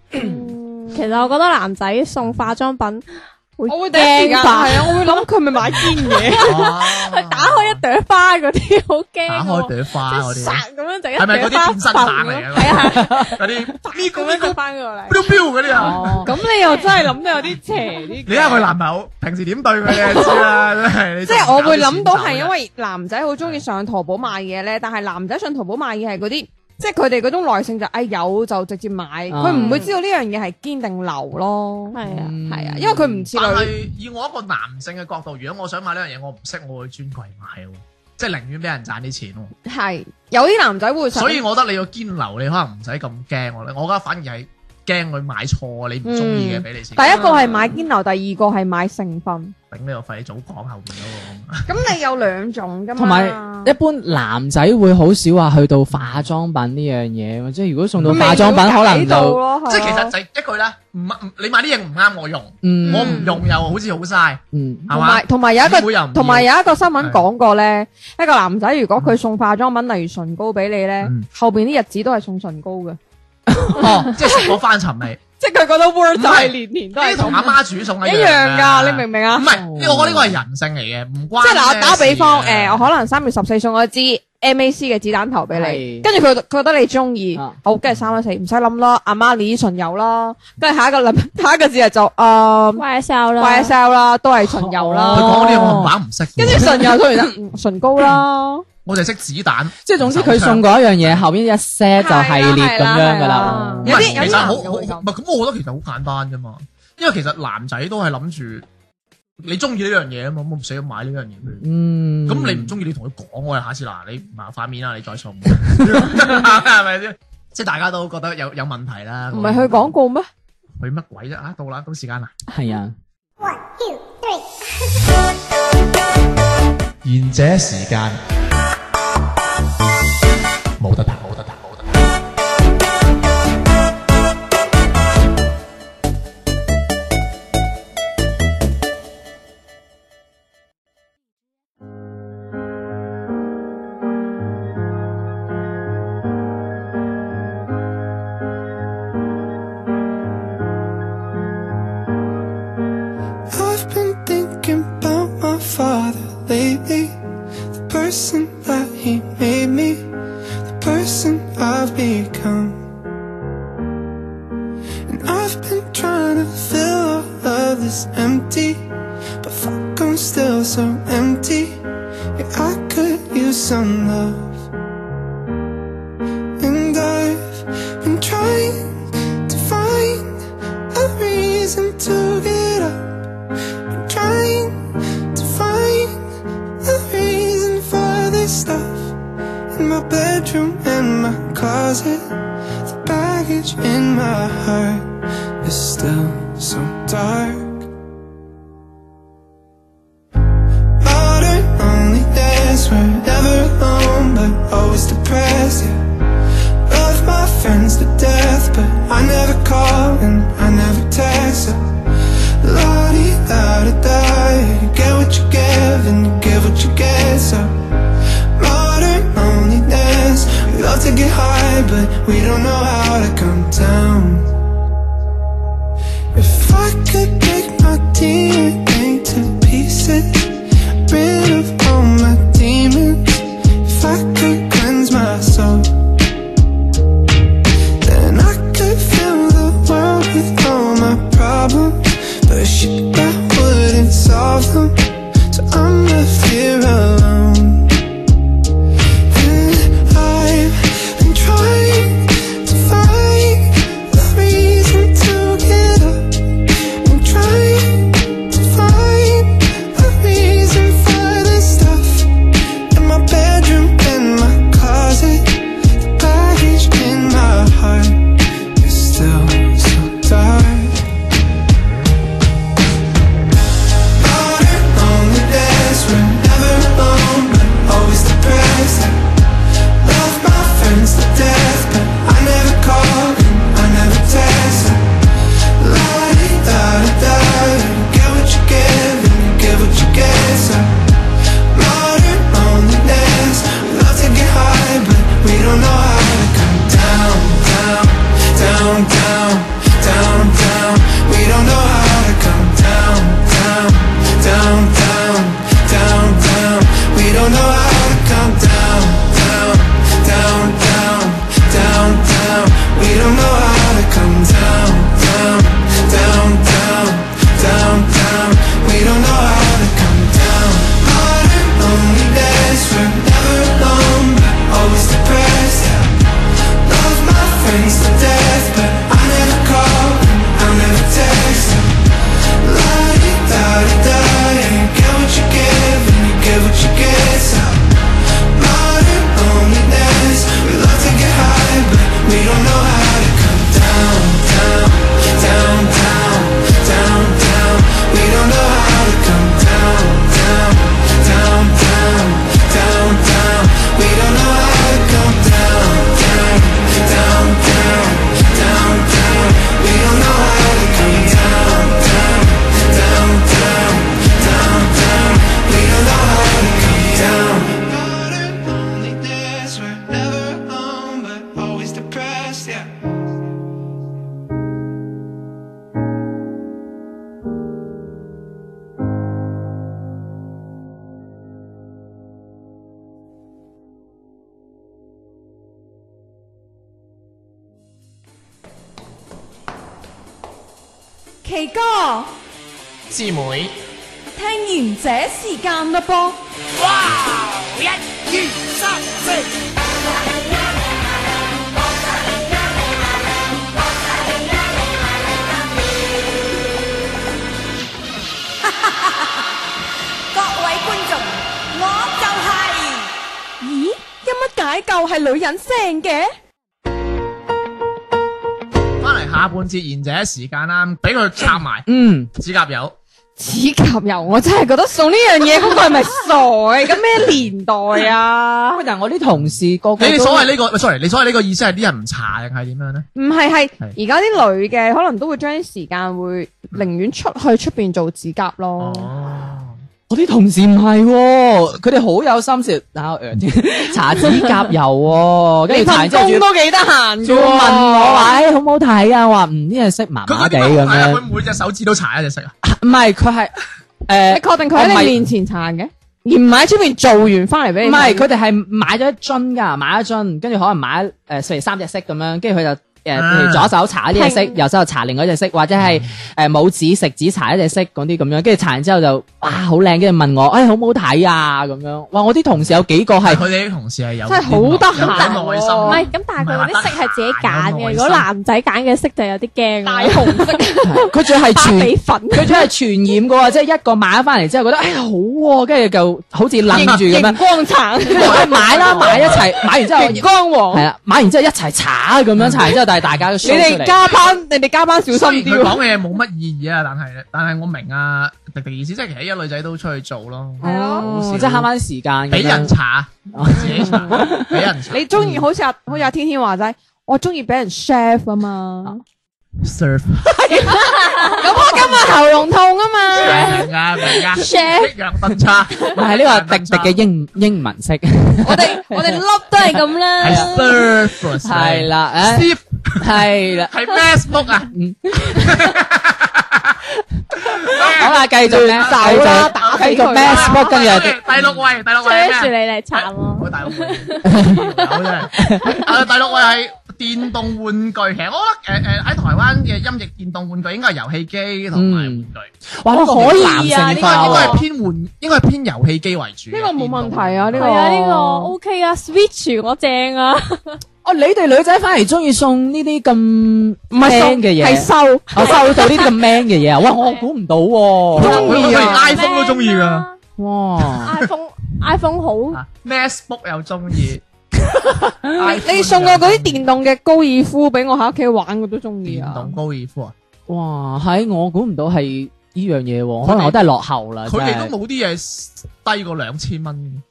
[SPEAKER 4] 其實我覺得男仔送化妝品會
[SPEAKER 3] 我會第一時間
[SPEAKER 4] 驚吧
[SPEAKER 3] 係，啊，我會諗佢咪買堅嘢，
[SPEAKER 1] 打
[SPEAKER 4] 打開一朵花嗰啲好驚
[SPEAKER 1] 打開
[SPEAKER 4] 喎，
[SPEAKER 1] 朵花嗰
[SPEAKER 4] 即係
[SPEAKER 1] 啲。
[SPEAKER 4] 殺咁樣就一
[SPEAKER 1] 係咪嗰啲
[SPEAKER 4] 朵花
[SPEAKER 1] 變身棒嚟㗎
[SPEAKER 4] 係啊係啊，
[SPEAKER 1] 嗰啲咪咕
[SPEAKER 4] 咁
[SPEAKER 1] 咪
[SPEAKER 4] 樣
[SPEAKER 1] 咕
[SPEAKER 4] 佢翻過嚟。
[SPEAKER 1] 彪彪嗰啲啊！ [LAUGHS]
[SPEAKER 2] 哦，
[SPEAKER 3] [LAUGHS] 咁你又真係諗得有啲邪啲。
[SPEAKER 1] 你睇下佢男朋友平時點對佢，你就知啦，真係你
[SPEAKER 3] 即
[SPEAKER 1] 仲
[SPEAKER 3] 係我會諗到
[SPEAKER 1] 搞
[SPEAKER 3] 係
[SPEAKER 1] 啲錢
[SPEAKER 3] 因為男仔好中意上淘寶買嘢咧，但係男仔上淘寶買嘢係嗰啲，即係佢哋嗰種耐性就哎有就直接買，佢唔會知道呢樣嘢係堅定流咯。
[SPEAKER 4] 係啊
[SPEAKER 2] 嗯
[SPEAKER 3] 係啊，因為佢唔似
[SPEAKER 1] 手嘅但
[SPEAKER 3] 女，
[SPEAKER 1] 係以我一個男性嘅角度，如果我想買呢樣嘢，我唔識，我會去專櫃買喎，即係寧願俾人賺啲錢喎。
[SPEAKER 3] 係有啲男仔會想
[SPEAKER 1] 所以我覺得你要堅流，你可能唔使咁驚我咧。我覺得反而係驚佢買錯你唔中意嘅
[SPEAKER 3] 嗯
[SPEAKER 1] 俾你先。
[SPEAKER 3] 第一個係買堅流，第二個係買成分。
[SPEAKER 1] 頂你個肺，你早講後邊嗰個。
[SPEAKER 3] 咁你有兩種噶嘛？
[SPEAKER 2] 同埋一般男仔會好少話去到化妝品呢樣嘢，即係如果送到化妝品，可能就
[SPEAKER 1] 即係其實就係一句啦，唔唔你買啲嘢唔啱我用，
[SPEAKER 2] 嗯
[SPEAKER 1] 我唔用又好似好嘥，
[SPEAKER 2] 嗯
[SPEAKER 1] 係
[SPEAKER 3] 同
[SPEAKER 1] 嘛
[SPEAKER 3] 埋？同埋有一個
[SPEAKER 1] 姊妹又唔要
[SPEAKER 3] 同埋有一個新聞講過咧，一個男仔如果佢送化妝品，例如唇膏俾你咧
[SPEAKER 1] 嗯，
[SPEAKER 3] 後邊啲日子都係送唇膏嘅，
[SPEAKER 1] 哦，即係食過翻尋味。
[SPEAKER 3] [LAUGHS] 即係佢覺得 word
[SPEAKER 1] 就係
[SPEAKER 3] 年年
[SPEAKER 1] 呢啲同阿媽煮餸
[SPEAKER 3] 一
[SPEAKER 1] 一樣
[SPEAKER 3] 樣
[SPEAKER 1] 㗎，
[SPEAKER 3] 㗎，你明唔明啊
[SPEAKER 1] 唔？係，呢個我覺得呢個係人性嚟嘅，唔關
[SPEAKER 3] 即係嗱，我打比方，
[SPEAKER 1] 咩事
[SPEAKER 3] 誒，
[SPEAKER 1] 啊嘅
[SPEAKER 3] 我可能三月十四送咗支 MAC 嘅子彈頭俾你，
[SPEAKER 2] 係
[SPEAKER 3] 跟住佢佢覺得你中意
[SPEAKER 2] 啊，
[SPEAKER 3] 好，跟住三一四唔使諗啦，阿媽你唇油啦，跟住下一個諗 [LAUGHS] 下一個節日就誒
[SPEAKER 4] YSL 啦
[SPEAKER 3] YSL 啦，都係唇油
[SPEAKER 2] 哦
[SPEAKER 1] 佢
[SPEAKER 3] 啦，
[SPEAKER 1] 講嗰啲我唔玩唔識嘅，
[SPEAKER 3] 跟住唇油送完就嗯唇膏啦。
[SPEAKER 1] 我就係識子彈。
[SPEAKER 2] 即係總之佢送嗰一樣嘢，後邊一 set 就系列咁樣㗎啦
[SPEAKER 3] 係啦係啦。
[SPEAKER 1] 唔
[SPEAKER 3] 有
[SPEAKER 1] 係
[SPEAKER 3] 啲
[SPEAKER 1] 其實
[SPEAKER 3] 有啲男
[SPEAKER 1] 好
[SPEAKER 3] 嘅
[SPEAKER 1] 好
[SPEAKER 3] 會咁
[SPEAKER 1] 唔係咁，我覺得其實好簡單啫嘛。因為其實男仔都係諗住你中意呢樣嘢啊嘛，咁我唔使要買呢樣嘢俾你。
[SPEAKER 2] 嗯，
[SPEAKER 1] 咁你唔中意，你同佢講喎，下次嗱，你麻塊面啊，你
[SPEAKER 3] [LAUGHS]
[SPEAKER 1] 再送，係咪先？即係大家都覺得有有問題啦。
[SPEAKER 3] 唔係去廣告咩？
[SPEAKER 1] 佢乜鬼啫？啊，到啦，到時間啦。
[SPEAKER 2] 係啊，
[SPEAKER 1] 賢者時間冇得彈，冇得彈，冇得彈。
[SPEAKER 5] I've been thinking about my father lately. The person that he made me, the person I've become. And I've been trying to fill all of this empty, but fuck, I'm still so empty. Yeah, I could use some love. And I've been trying to find a reason to get up trying to find a reason for this stuff in my bedroom and my closet. The baggage in my heart is still so dark. Modern loneliness, we're never alone, but always depressed. Yeah. Love my friends to death, but I never call and I never text. Yeah. La-di-da-da-da, you get what you give and you get what you get. So modern loneliness, we love to get high, but we don't know how to come down. If
[SPEAKER 6] 奇哥，
[SPEAKER 7] 師妹，
[SPEAKER 6] 聽完這時間嘞
[SPEAKER 8] [LAUGHS]
[SPEAKER 6] 噃。
[SPEAKER 8] 各位觀眾，我
[SPEAKER 6] 咦，有乜解救係女人聲嘅？
[SPEAKER 1] 翻嚟下半節賢者時間啦，俾佢插埋
[SPEAKER 2] 嗯，
[SPEAKER 1] 指甲油。
[SPEAKER 3] 指甲油，我真係覺得送呢樣嘢嗰個係咪傻嘅？咁咩年代啊？
[SPEAKER 2] 但係我啲同事個個
[SPEAKER 1] 你
[SPEAKER 2] 都
[SPEAKER 1] 所謂呢個喂，sorry，你所謂呢個意思係啲人唔查定係點樣咧？
[SPEAKER 3] [LAUGHS] 唔係係
[SPEAKER 1] 係
[SPEAKER 3] 而家啲女嘅可能都會將啲時間會寧願出去出邊做指甲咯。
[SPEAKER 1] 哦，
[SPEAKER 2] 我啲同事唔係喎，佢哋好有心思啊，呃 [LAUGHS] 搽指甲油喎，跟
[SPEAKER 3] 你
[SPEAKER 2] 住搽
[SPEAKER 3] 份
[SPEAKER 2] 完之後仲
[SPEAKER 3] 工
[SPEAKER 2] 要
[SPEAKER 3] 都幾得閒
[SPEAKER 2] 仲
[SPEAKER 3] 嘅
[SPEAKER 2] 要問我話，
[SPEAKER 3] 喎。
[SPEAKER 2] [LAUGHS] 唉，好唔好睇啊？我話嗯，呢隻色麻
[SPEAKER 1] 佢
[SPEAKER 2] [LAUGHS] 麻
[SPEAKER 1] 嗰
[SPEAKER 2] 地
[SPEAKER 1] 啲
[SPEAKER 2] 咁
[SPEAKER 1] 乜係啊
[SPEAKER 2] 樣
[SPEAKER 1] 佢，每隻手指都搽一隻色啊？
[SPEAKER 2] 唔係佢係呃 [LAUGHS] 誒。
[SPEAKER 3] 你確定佢
[SPEAKER 2] 我唔
[SPEAKER 3] 喺
[SPEAKER 2] 係
[SPEAKER 3] 你面前搽嘅，而唔係喺出邊做完翻嚟俾
[SPEAKER 2] 唔
[SPEAKER 3] 你睇？
[SPEAKER 2] 係，佢哋係買咗一樽㗎，買一樽，跟住可能買誒，譬如三隻色咁樣，跟住佢就誒，呃譬如
[SPEAKER 1] 啊
[SPEAKER 2] 左手搽呢隻色，
[SPEAKER 3] 拼
[SPEAKER 2] 右手就搽另外一隻色，或者係誒拇指食指搽一隻色嗰啲咁樣，跟住搽完之後就哇好靚，跟住問我，誒好唔好睇啊咁樣，哇我啲同事有幾個
[SPEAKER 1] 係
[SPEAKER 2] [LAUGHS] 係
[SPEAKER 1] 佢哋啲同事係有
[SPEAKER 3] 真係好得閒
[SPEAKER 1] 有
[SPEAKER 3] 喎
[SPEAKER 1] 耐
[SPEAKER 4] 唔
[SPEAKER 1] 心
[SPEAKER 4] 係咁，但係佢嗰啲色係自己揀嘅。如果男仔揀嘅色就有啲驚
[SPEAKER 3] 大
[SPEAKER 4] 啦。
[SPEAKER 3] 紅色
[SPEAKER 2] 佢仲係
[SPEAKER 4] 芭
[SPEAKER 2] 傳
[SPEAKER 4] 比粉，
[SPEAKER 2] 佢仲係傳染嘅喎，即係一個買翻嚟之後覺得哎呀好喎，跟住就好似楞住咁樣 [LAUGHS]
[SPEAKER 3] 熒，光橙、
[SPEAKER 2] 跟住哎買啦買一齊，買完之後
[SPEAKER 3] 熒光
[SPEAKER 2] 係啊
[SPEAKER 3] 黃。
[SPEAKER 2] 啦，買完之後一齊搽咁樣，搽完之後但係大家都 show
[SPEAKER 3] 你
[SPEAKER 2] 出嚟
[SPEAKER 3] 哋加班，你哋加班小
[SPEAKER 1] 雖然
[SPEAKER 3] 心
[SPEAKER 1] 佢
[SPEAKER 3] 啲喎。
[SPEAKER 1] 講嘅嘢冇乜意義啊，但係但係我明啊，迪迪意思即係其實一女仔都出去做咯，
[SPEAKER 3] 係啊咯
[SPEAKER 2] 哦
[SPEAKER 1] 好少
[SPEAKER 2] 即係慳翻時間咁樣，
[SPEAKER 1] 俾人查，自己
[SPEAKER 2] [LAUGHS]
[SPEAKER 1] 查，俾人查
[SPEAKER 3] 你中意好似阿好似阿天天話齋，我中意俾人 chef 啊嘛。
[SPEAKER 1] serve
[SPEAKER 3] 咁我今日喉嚨痛啊嘛。
[SPEAKER 1] 明啊
[SPEAKER 2] [LAUGHS]
[SPEAKER 1] 明啊，
[SPEAKER 4] Chef
[SPEAKER 1] 一樣分差，
[SPEAKER 2] 唔係呢個係迪迪嘅英英文式，
[SPEAKER 3] 我哋我哋
[SPEAKER 4] 粒都係咁啦
[SPEAKER 1] 係 serve
[SPEAKER 2] [LAUGHS] 係 [LAUGHS] 啦，誒，
[SPEAKER 1] ，serve
[SPEAKER 2] 係啦，
[SPEAKER 1] 係 Facebook 啊，
[SPEAKER 2] 好啦，繼續咧，
[SPEAKER 3] 手啦
[SPEAKER 2] 繼續
[SPEAKER 3] 打死
[SPEAKER 2] 繼續
[SPEAKER 3] 佢啦
[SPEAKER 2] Facebook，跟住有啲
[SPEAKER 1] 第六位第六位
[SPEAKER 4] 追住
[SPEAKER 1] 係
[SPEAKER 4] 你
[SPEAKER 1] 咩啊？
[SPEAKER 4] 嚟慘咯。
[SPEAKER 1] 我第六位，真係啊第六位係電動玩具，其實我覺得誒誒喺台灣嘅音譯電動玩具應該係遊戲機同埋玩具。
[SPEAKER 2] 哇，
[SPEAKER 3] 哦
[SPEAKER 2] 呢個好
[SPEAKER 4] 可以啊
[SPEAKER 2] 男性
[SPEAKER 1] 應該
[SPEAKER 2] 化
[SPEAKER 1] 應該係
[SPEAKER 2] 喎，
[SPEAKER 1] 偏換，應該係偏遊戲機為主。
[SPEAKER 3] 呢個冇問題啊呢個
[SPEAKER 4] 係啊，呢個 OK 啊，Switch 我正啊，
[SPEAKER 2] 哦，你哋女仔反而中意送呢啲咁
[SPEAKER 3] 唔係
[SPEAKER 2] man 嘅嘢，
[SPEAKER 3] 係瘦。
[SPEAKER 2] 我收到呢啲咁 man 嘅嘢啊，哇，我估唔到喎，
[SPEAKER 1] 中意啊！iPhone 都中意噶
[SPEAKER 4] 啦
[SPEAKER 2] 哇，
[SPEAKER 4] ，iPhone iPhone
[SPEAKER 1] À.
[SPEAKER 4] 好，
[SPEAKER 1] ，MacBook 啊又
[SPEAKER 3] [LAUGHS]
[SPEAKER 1] 中意。
[SPEAKER 3] 你你送我嗰啲電動嘅高爾夫俾我喺屋企玩，我都中意
[SPEAKER 1] 電
[SPEAKER 3] 啊。
[SPEAKER 1] 動高爾夫啊，
[SPEAKER 2] 哇，係我估唔到係呢樣嘢喎，可能我都係落後啦，
[SPEAKER 1] 佢哋
[SPEAKER 2] 啊真係
[SPEAKER 1] 都冇啲嘢低過兩千蚊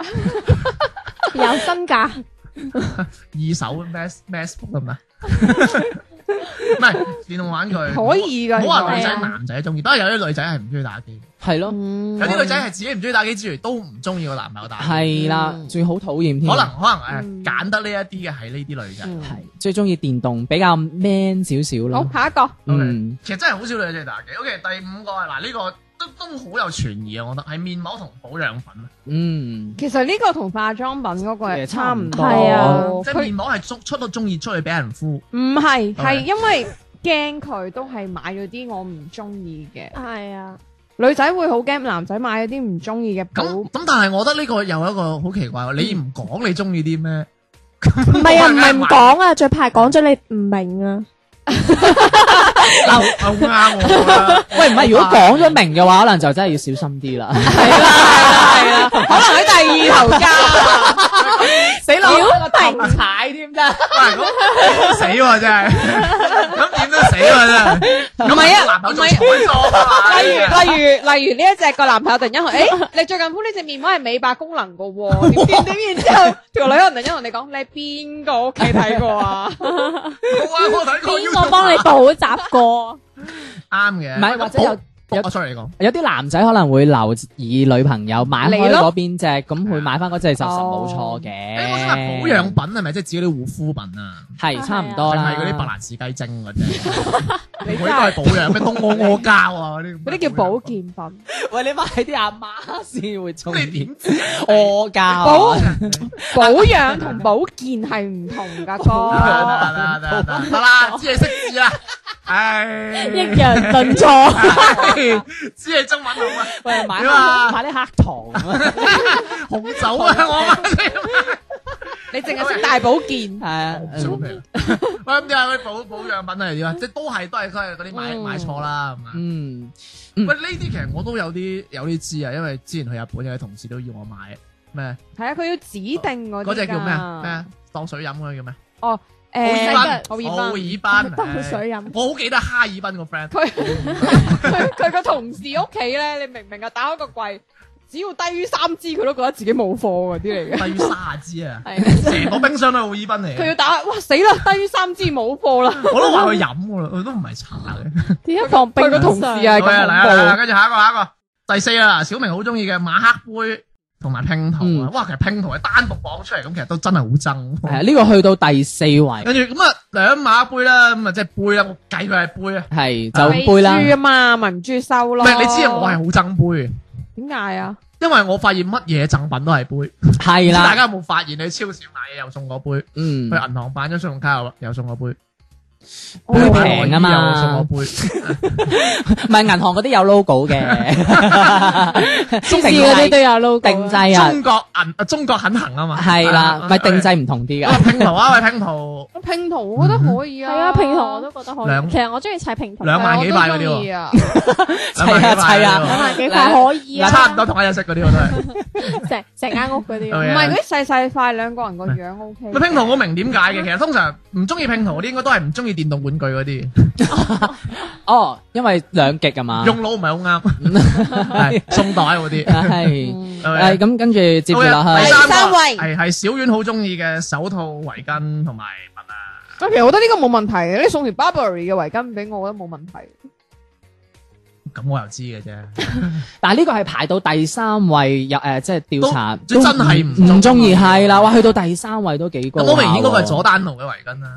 [SPEAKER 4] 有身價，
[SPEAKER 1] 嘅，二手 Mac MacBook 係咪？啊
[SPEAKER 4] [LAUGHS]
[SPEAKER 1] 唔係電動玩具，
[SPEAKER 3] 可以噶，
[SPEAKER 1] 唔好話女
[SPEAKER 3] 其實
[SPEAKER 1] 仔男仔中意，不過有啲女仔係唔中意打機，
[SPEAKER 2] 係咯，
[SPEAKER 1] 有
[SPEAKER 3] 嗯
[SPEAKER 1] 啲女仔係自己唔中意打機之餘都唔中意個男朋友打。
[SPEAKER 2] 係啦，
[SPEAKER 3] 嗯
[SPEAKER 2] 仲要好討厭添，
[SPEAKER 1] 可能可
[SPEAKER 4] 嗯
[SPEAKER 1] 能誒揀得呢一啲嘅係呢啲女仔。
[SPEAKER 2] 係最中意電動，比較 man 少少
[SPEAKER 3] 嗯好
[SPEAKER 2] 咯，
[SPEAKER 3] 下一個，
[SPEAKER 2] 嗯。
[SPEAKER 1] 其實真係好少女仔打機。OK，第五個嗱呢個都都好有傳疑啊，我覺得係面膜同保養品，啊
[SPEAKER 2] 嗯，
[SPEAKER 3] 其實呢個同化妝品嗰個係
[SPEAKER 2] 誒
[SPEAKER 3] 差唔多，
[SPEAKER 4] 係啊
[SPEAKER 1] 即係
[SPEAKER 3] 佢
[SPEAKER 1] 面膜係出出到中意出去俾人敷，
[SPEAKER 3] 唔係係
[SPEAKER 1] Okay
[SPEAKER 3] 因為驚佢都係買咗啲我唔中意嘅，
[SPEAKER 4] 係啊，
[SPEAKER 3] 女仔會好驚男仔買咗啲唔中意嘅
[SPEAKER 1] 咁
[SPEAKER 3] 寶，
[SPEAKER 4] 哦
[SPEAKER 3] 唔
[SPEAKER 1] 咁但係我覺得呢個又有一個好奇怪喎，你唔講你中意啲咩？哦
[SPEAKER 4] 唔係啊，唔係唔
[SPEAKER 1] [LAUGHS]
[SPEAKER 4] 講啊，最怕係講咗你唔明啊，
[SPEAKER 1] 好好啊啱我啦。
[SPEAKER 2] 喂，唔係，如果講咗明嘅話，可能就真係要小心啲啦。
[SPEAKER 3] 係啦係啦，可能喺第 [LAUGHS] 二頭家，
[SPEAKER 2] 死佬，我頭踩添咋？
[SPEAKER 1] 喂咁死喎真係，咁點都死喎真係。
[SPEAKER 3] 唔係啊
[SPEAKER 1] 咁男朋友仲睬咗啊
[SPEAKER 3] 例如
[SPEAKER 1] 呢
[SPEAKER 3] 例如例如呢一隻個男朋友突然間 [LAUGHS] 同，誒你最近敷呢隻面膜係美白功能㗎喎，點點點，然之後條女可能突然間同你講，你係邊個屋企睇過 [LAUGHS] 啊？
[SPEAKER 1] 個好啊，我睇過
[SPEAKER 4] 邊個幫你
[SPEAKER 1] YouTube
[SPEAKER 4] 補習過？
[SPEAKER 1] [LAUGHS] 啱嘅。
[SPEAKER 2] 唔係或者有
[SPEAKER 1] 保
[SPEAKER 2] 有
[SPEAKER 1] 保我 sorry 你講。
[SPEAKER 2] 有啲男仔可能會留意女朋友買開
[SPEAKER 3] 你咯
[SPEAKER 2] 嗰邊隻，咁會買翻嗰隻就實冇錯
[SPEAKER 1] 哦誒，我想問保養
[SPEAKER 2] 嘅。
[SPEAKER 1] 品係咪即係指嗰啲護膚品啊？
[SPEAKER 2] 係差唔多
[SPEAKER 1] 定
[SPEAKER 2] 啦。
[SPEAKER 1] 係嗰啲白蘭氏雞精嗰啲？嗰啲都係保養咩？東阿阿膠啊嗰啲。
[SPEAKER 3] 嗰啲叫保。健 [LAUGHS] 品，
[SPEAKER 2] 喂，你買啲阿媽先會中
[SPEAKER 1] 咁你
[SPEAKER 2] 意
[SPEAKER 1] 點知？
[SPEAKER 2] 我教
[SPEAKER 3] 保保養同保健係唔同噶
[SPEAKER 1] 得
[SPEAKER 3] 哥。
[SPEAKER 1] 啦得啦得啦得啦，知你識字啦。唉，
[SPEAKER 4] 抑揚頓挫。
[SPEAKER 1] 唉知你中文好啊，
[SPEAKER 2] 喂，買
[SPEAKER 1] 點啊
[SPEAKER 2] 買啲黑糖
[SPEAKER 1] [LAUGHS]
[SPEAKER 2] 啊，
[SPEAKER 1] 紅酒啊，我話
[SPEAKER 3] 你淨係識大保健
[SPEAKER 2] 係。啊，
[SPEAKER 1] 你 [LAUGHS] 喂，咁點啊？嗰啲保保養品係點啊？即係都係都係都係嗰啲買
[SPEAKER 3] 嗯
[SPEAKER 1] 買錯啦咁啊。
[SPEAKER 2] 嗯，嗯
[SPEAKER 1] 喂，呢啲其實我都有啲有啲知啊，因為之前去日本有啲同事都要我買咩
[SPEAKER 3] 係啊，佢要指定嗰啲
[SPEAKER 1] 嗰只叫咩啊
[SPEAKER 3] 㗎
[SPEAKER 1] 咩？啊當水飲嗰個叫咩？
[SPEAKER 3] 誒，
[SPEAKER 1] 奧
[SPEAKER 3] 奧
[SPEAKER 1] 爾
[SPEAKER 3] 爾
[SPEAKER 1] 賓，
[SPEAKER 4] [LAUGHS] 當
[SPEAKER 1] 唉
[SPEAKER 4] 水飲
[SPEAKER 1] 我好記得哈爾濱個 friend，
[SPEAKER 3] 佢 [LAUGHS] 佢佢個同事屋企咧，你明唔明啊？打開個櫃，只要低於三支，佢都覺得自己冇貨嗰啲嚟嘅。
[SPEAKER 1] 低於卅支啊，
[SPEAKER 3] 係，
[SPEAKER 1] 成個冰箱都係奧爾濱嚟
[SPEAKER 3] 佢要
[SPEAKER 1] 嘅。
[SPEAKER 3] 打，哇死啦！低於三支冇貨
[SPEAKER 1] [LAUGHS]
[SPEAKER 3] 啦。
[SPEAKER 1] 我都話佢飲噶啦，佢都唔係茶嘅。
[SPEAKER 4] 點解放
[SPEAKER 3] 佢個
[SPEAKER 4] 冰
[SPEAKER 3] 同事
[SPEAKER 4] 箱？
[SPEAKER 3] 啊，
[SPEAKER 1] 好啊，嚟啊嚟啊，
[SPEAKER 3] 咁
[SPEAKER 1] 跟住下一個下一個，第四啊，小明好中意嘅馬克杯同埋拼圖啊
[SPEAKER 2] 嗯，
[SPEAKER 1] 哇，其實拼圖係單獨綁出嚟，咁其實都真係好
[SPEAKER 2] 係啊
[SPEAKER 1] 憎。
[SPEAKER 2] 呢個去到第四位，
[SPEAKER 1] 跟住咁啊，兩馬克杯啦，咁啊即係杯啦，我計佢係杯啊。
[SPEAKER 2] 係
[SPEAKER 1] 啊
[SPEAKER 2] 酒杯啦
[SPEAKER 3] 恐，怖。豬啊嘛，咪唔中意收
[SPEAKER 1] 唔
[SPEAKER 3] 咯。
[SPEAKER 1] 係你知啊，我係好憎杯嘅，
[SPEAKER 3] 點解啊？
[SPEAKER 1] 因為我發現乜嘢贈品都係杯。
[SPEAKER 2] 係
[SPEAKER 1] 大
[SPEAKER 2] 啦，
[SPEAKER 1] 家有冇發現你去超市買嘢又送個杯，去
[SPEAKER 2] 嗯，
[SPEAKER 1] 銀行辦張信用卡又又送個杯，
[SPEAKER 2] 杯
[SPEAKER 1] 買內衣
[SPEAKER 2] 平啊
[SPEAKER 1] 又送
[SPEAKER 2] 嘛，
[SPEAKER 1] 個杯。
[SPEAKER 2] 唔係銀行嗰啲有 logo [LAUGHS]
[SPEAKER 1] [LAUGHS]
[SPEAKER 2] 嘅，中
[SPEAKER 4] 超市嗰啲都有 logo 啊。
[SPEAKER 2] 定制啊，
[SPEAKER 1] 中國銀啊，中國肯行啊嘛。
[SPEAKER 2] 係
[SPEAKER 1] 啊
[SPEAKER 2] 啦，咪定。
[SPEAKER 1] 啊
[SPEAKER 2] 制唔同啲 [LAUGHS]
[SPEAKER 1] 啊
[SPEAKER 2] 噶，
[SPEAKER 1] 拼圖啊，喂，拼圖
[SPEAKER 3] 拼圖我覺得可以
[SPEAKER 4] 係
[SPEAKER 3] 啊。
[SPEAKER 4] 啊，拼圖我都覺得可
[SPEAKER 1] 兩
[SPEAKER 4] 以。其實我中意砌拼圖，
[SPEAKER 1] 兩
[SPEAKER 4] 兩
[SPEAKER 1] 萬
[SPEAKER 3] 係我都中意啊。
[SPEAKER 2] 砌啊砌啊，
[SPEAKER 4] 萬幾塊可以啊，
[SPEAKER 1] 差唔多同一隻色嗰啲我都係。
[SPEAKER 4] 成成間屋
[SPEAKER 1] [LAUGHS]
[SPEAKER 4] 嗰
[SPEAKER 3] 唔
[SPEAKER 1] 係
[SPEAKER 4] 啲。
[SPEAKER 3] 係嗰啲細細塊兩個人個樣 O K。
[SPEAKER 1] 咪拼圖我明點解嘅，其實通常唔中意拼圖嗰啲，應該都係唔中意電動玩具嗰啲，
[SPEAKER 2] 哦，因為兩極啊 [LAUGHS] 嘛，
[SPEAKER 1] 用腦唔係好啱，係送袋嗰
[SPEAKER 2] [LAUGHS]
[SPEAKER 1] 啲。
[SPEAKER 2] 係，
[SPEAKER 3] 嗯
[SPEAKER 1] 係咪啊
[SPEAKER 2] 係咁跟住接住落
[SPEAKER 1] 好嘅啊
[SPEAKER 2] 去
[SPEAKER 1] 第。三
[SPEAKER 3] 三
[SPEAKER 1] 個
[SPEAKER 3] 位
[SPEAKER 1] 係係小丸好中意嘅手套、圍巾同埋襪啊。
[SPEAKER 3] 咁其實我覺得呢個冇問題嘅，你送條 Burberry 嘅圍巾俾我，我覺得冇問題。
[SPEAKER 1] 咁我又知嘅啫。
[SPEAKER 2] 但係呢個係排到第三位，有誒即係調查，
[SPEAKER 1] 都真係唔
[SPEAKER 2] 唔中意
[SPEAKER 1] 中意
[SPEAKER 2] 係啦，哇，去到第三位都幾高
[SPEAKER 1] 咁
[SPEAKER 2] 下
[SPEAKER 1] 好
[SPEAKER 2] 喎。
[SPEAKER 1] 明顯嗰個係佐丹奴嘅圍巾
[SPEAKER 2] [LAUGHS]
[SPEAKER 1] 啦。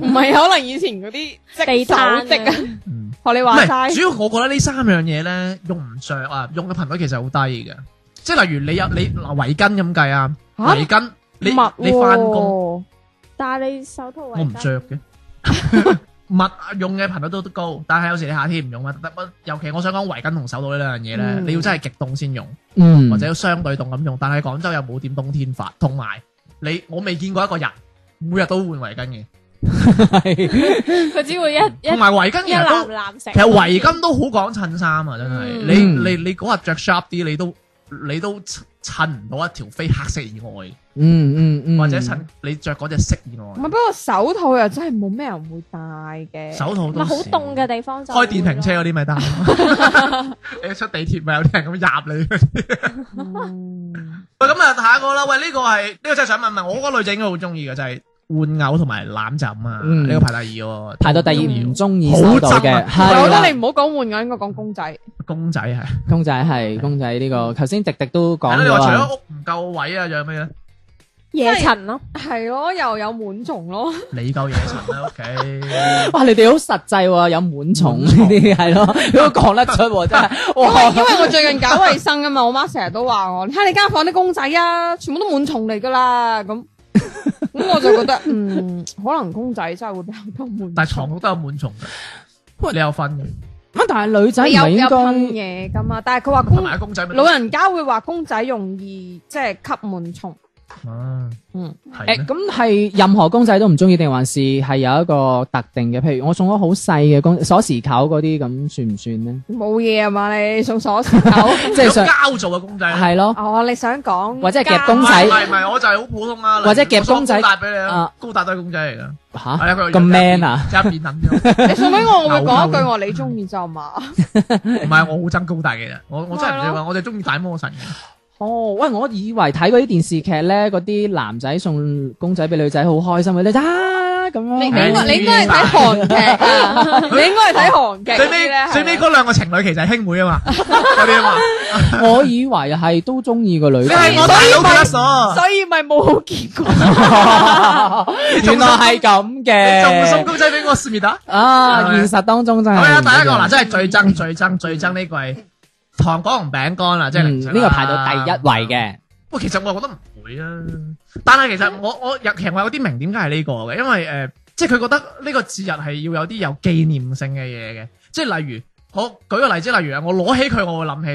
[SPEAKER 3] 唔係可能以前嗰啲
[SPEAKER 4] 地
[SPEAKER 3] 織手
[SPEAKER 4] 攤
[SPEAKER 3] 織啊，
[SPEAKER 1] 嗯
[SPEAKER 3] 學你
[SPEAKER 1] 唔
[SPEAKER 3] 話
[SPEAKER 1] 係，
[SPEAKER 3] 齋
[SPEAKER 1] 主要我覺得呢三樣嘢咧用唔着啊，用嘅頻率其實好低嘅。即係例如你有你嗱圍巾咁計啊，
[SPEAKER 3] 嚇
[SPEAKER 1] 圍巾你
[SPEAKER 3] 襪
[SPEAKER 1] 你翻工
[SPEAKER 3] 喎
[SPEAKER 4] 但係你手套圍
[SPEAKER 1] 我唔
[SPEAKER 4] 巾
[SPEAKER 1] 着
[SPEAKER 4] [LAUGHS]
[SPEAKER 1] 嘅。襪用嘅頻率都高，但係有時你夏天唔用啊，得不尤其我想講圍巾同手套呢兩樣嘢咧，
[SPEAKER 3] 嗯
[SPEAKER 1] 你要真係極凍先用，
[SPEAKER 2] 嗯，
[SPEAKER 1] 或者要相對凍咁用。但係廣州又冇點冬天法，同埋你我未見過一個人每日都換圍巾嘅，
[SPEAKER 2] 係
[SPEAKER 4] 佢只會一一
[SPEAKER 1] 同埋圍巾其
[SPEAKER 4] 一
[SPEAKER 1] 實都
[SPEAKER 4] 籃籃成。
[SPEAKER 1] 其實圍巾都好講襯衫啊，真係、
[SPEAKER 4] 嗯
[SPEAKER 1] 你你你嗰日着 sharp 啲，你都你都襯襯唔到一條非黑色以外，
[SPEAKER 2] 嗯嗯嗯，
[SPEAKER 1] 或者襯你着嗰只色以外
[SPEAKER 4] 啊
[SPEAKER 3] 唔係，，不過手套又真係冇咩人會戴嘅。
[SPEAKER 1] 手套
[SPEAKER 4] 唔
[SPEAKER 1] 都
[SPEAKER 4] 啊係好
[SPEAKER 1] 少
[SPEAKER 4] 凍嘅，
[SPEAKER 1] [LAUGHS]
[SPEAKER 4] 地方就
[SPEAKER 1] 開電瓶車嗰
[SPEAKER 4] 會咯。
[SPEAKER 1] 啲咪得。你出地鐵咪有啲人咁入你。
[SPEAKER 3] 嗯
[SPEAKER 1] 喂，咁啊下一個啦，喂呢、個係呢、個真係想問問，我個女仔應該好中意嘅就係、玩偶同埋攬枕啊，呢、
[SPEAKER 2] 嗯
[SPEAKER 1] 個排第二喎，
[SPEAKER 2] 排到第
[SPEAKER 1] 都
[SPEAKER 2] 二唔中意
[SPEAKER 1] 好
[SPEAKER 2] 收到
[SPEAKER 1] 憎
[SPEAKER 2] 嘅，
[SPEAKER 1] 啊
[SPEAKER 3] [LAUGHS] 但係我
[SPEAKER 2] 係
[SPEAKER 3] 覺得
[SPEAKER 2] 啦，
[SPEAKER 3] 你唔好講換眼，應該講公仔。
[SPEAKER 1] 公仔係。
[SPEAKER 2] 公仔係公仔呢個，頭先迪迪都
[SPEAKER 1] 係
[SPEAKER 2] 講
[SPEAKER 1] 啦，你
[SPEAKER 2] 咗
[SPEAKER 1] 話除
[SPEAKER 2] 啊
[SPEAKER 1] 咗屋唔夠位啊，仲有咩咧？
[SPEAKER 2] [LAUGHS]
[SPEAKER 4] 夜塵咯，
[SPEAKER 3] 係咯，又有螨蟲咯，
[SPEAKER 1] 你夠嘢塵啦屋企。
[SPEAKER 2] 哇！你哋好實際喎，有螨蟲呢啲係咯，你都講得出喎，真係
[SPEAKER 3] [LAUGHS] 因為
[SPEAKER 2] 哇！
[SPEAKER 3] 我最近搞衛生 [LAUGHS] 啊嘛，我媽成日都話我，你睇你間房啲公仔啊，全部都螨蟲嚟噶啦，咁咁我就覺 [LAUGHS] 得，嗯，可能公仔真係會比較多螨蟲。
[SPEAKER 1] 但係床褥都有螨蟲嘅，你有分嘅，
[SPEAKER 2] 乜但係女仔唔
[SPEAKER 3] 你有
[SPEAKER 2] 係
[SPEAKER 3] 有
[SPEAKER 2] 應
[SPEAKER 3] 噴
[SPEAKER 2] 該
[SPEAKER 3] 嘢噶嘛？但係佢話
[SPEAKER 1] 同
[SPEAKER 3] 公
[SPEAKER 1] 埋啲公仔
[SPEAKER 3] [LAUGHS]
[SPEAKER 1] 咪
[SPEAKER 3] 老人家會話公仔容易即係吸螨蟲，
[SPEAKER 1] 啊，
[SPEAKER 3] 嗯，
[SPEAKER 1] 係
[SPEAKER 2] 誒
[SPEAKER 1] 咩
[SPEAKER 2] 咁係任何公仔都唔中意，定還是係有一個特定嘅？譬如我送咗好細嘅公鎖匙扣嗰啲，咁算唔算呢？
[SPEAKER 3] 冇嘢啊嘛？你送鎖匙扣，
[SPEAKER 2] [LAUGHS] 即係
[SPEAKER 1] 有
[SPEAKER 2] 想
[SPEAKER 1] 膠做嘅公仔，
[SPEAKER 2] 係咯，
[SPEAKER 3] 哦，你想講
[SPEAKER 2] 或者係夾
[SPEAKER 1] 唔
[SPEAKER 2] 公
[SPEAKER 1] 係唔
[SPEAKER 2] 仔
[SPEAKER 1] 係唔係，我就係好普通啊，
[SPEAKER 2] 或者夾公仔
[SPEAKER 1] 我送高達俾你啊
[SPEAKER 2] 啊，
[SPEAKER 1] 高達都係公仔嚟㗎，
[SPEAKER 2] 吓
[SPEAKER 1] 係啊，佢
[SPEAKER 2] 咁 man 啊！
[SPEAKER 1] 一邊諗
[SPEAKER 2] [LAUGHS]
[SPEAKER 1] 咗，
[SPEAKER 3] 你送俾我，我會講一
[SPEAKER 1] 牛
[SPEAKER 3] 句
[SPEAKER 1] 頭
[SPEAKER 3] 我你中意就嘛。
[SPEAKER 1] 唔係我好憎高達嘅人，我我真係唔中意
[SPEAKER 3] 咪
[SPEAKER 1] 話，我哋中意大魔神嘅，
[SPEAKER 2] 哦，喂！我以為睇嗰啲電視劇咧，嗰啲男仔送公仔俾女仔好開心嘅，你睇啊咁樣。
[SPEAKER 3] 你你
[SPEAKER 1] 係
[SPEAKER 3] 應該
[SPEAKER 1] 你
[SPEAKER 3] 你應該係睇韓劇啊，你應該係睇韓劇
[SPEAKER 1] 最
[SPEAKER 3] 嗰啲咧。
[SPEAKER 1] 尾最尾
[SPEAKER 3] 係啊
[SPEAKER 1] 嗰兩個情侶其實係兄妹啊嘛，嗰啲啊
[SPEAKER 2] [LAUGHS]
[SPEAKER 1] 嘛，
[SPEAKER 2] 我以為係都中意個女
[SPEAKER 1] 你
[SPEAKER 2] 仔。
[SPEAKER 1] 係我大佬佢一所，
[SPEAKER 3] 所以咪冇好結
[SPEAKER 1] [LAUGHS]
[SPEAKER 3] 果。
[SPEAKER 2] 原來係咁
[SPEAKER 1] 你仲送
[SPEAKER 2] 嘅。
[SPEAKER 1] 公仔俾我思密達，
[SPEAKER 2] 啊，現實當中真係。
[SPEAKER 1] 係啊，第一個嗱，真係最憎最憎最憎呢個係糖果同餅乾啊啦，即係
[SPEAKER 2] 嗯
[SPEAKER 1] 零食啦
[SPEAKER 2] 呢個排到第一位嘅。
[SPEAKER 1] 喂，其實我又覺得唔會啊，但係其實我我有其實我有啲明點解係呢個嘅，因為誒、呃即係佢覺得呢個節日係要有啲有紀念性嘅嘢嘅，即係例如我舉個例子，例如啊，我攞起佢，我會諗起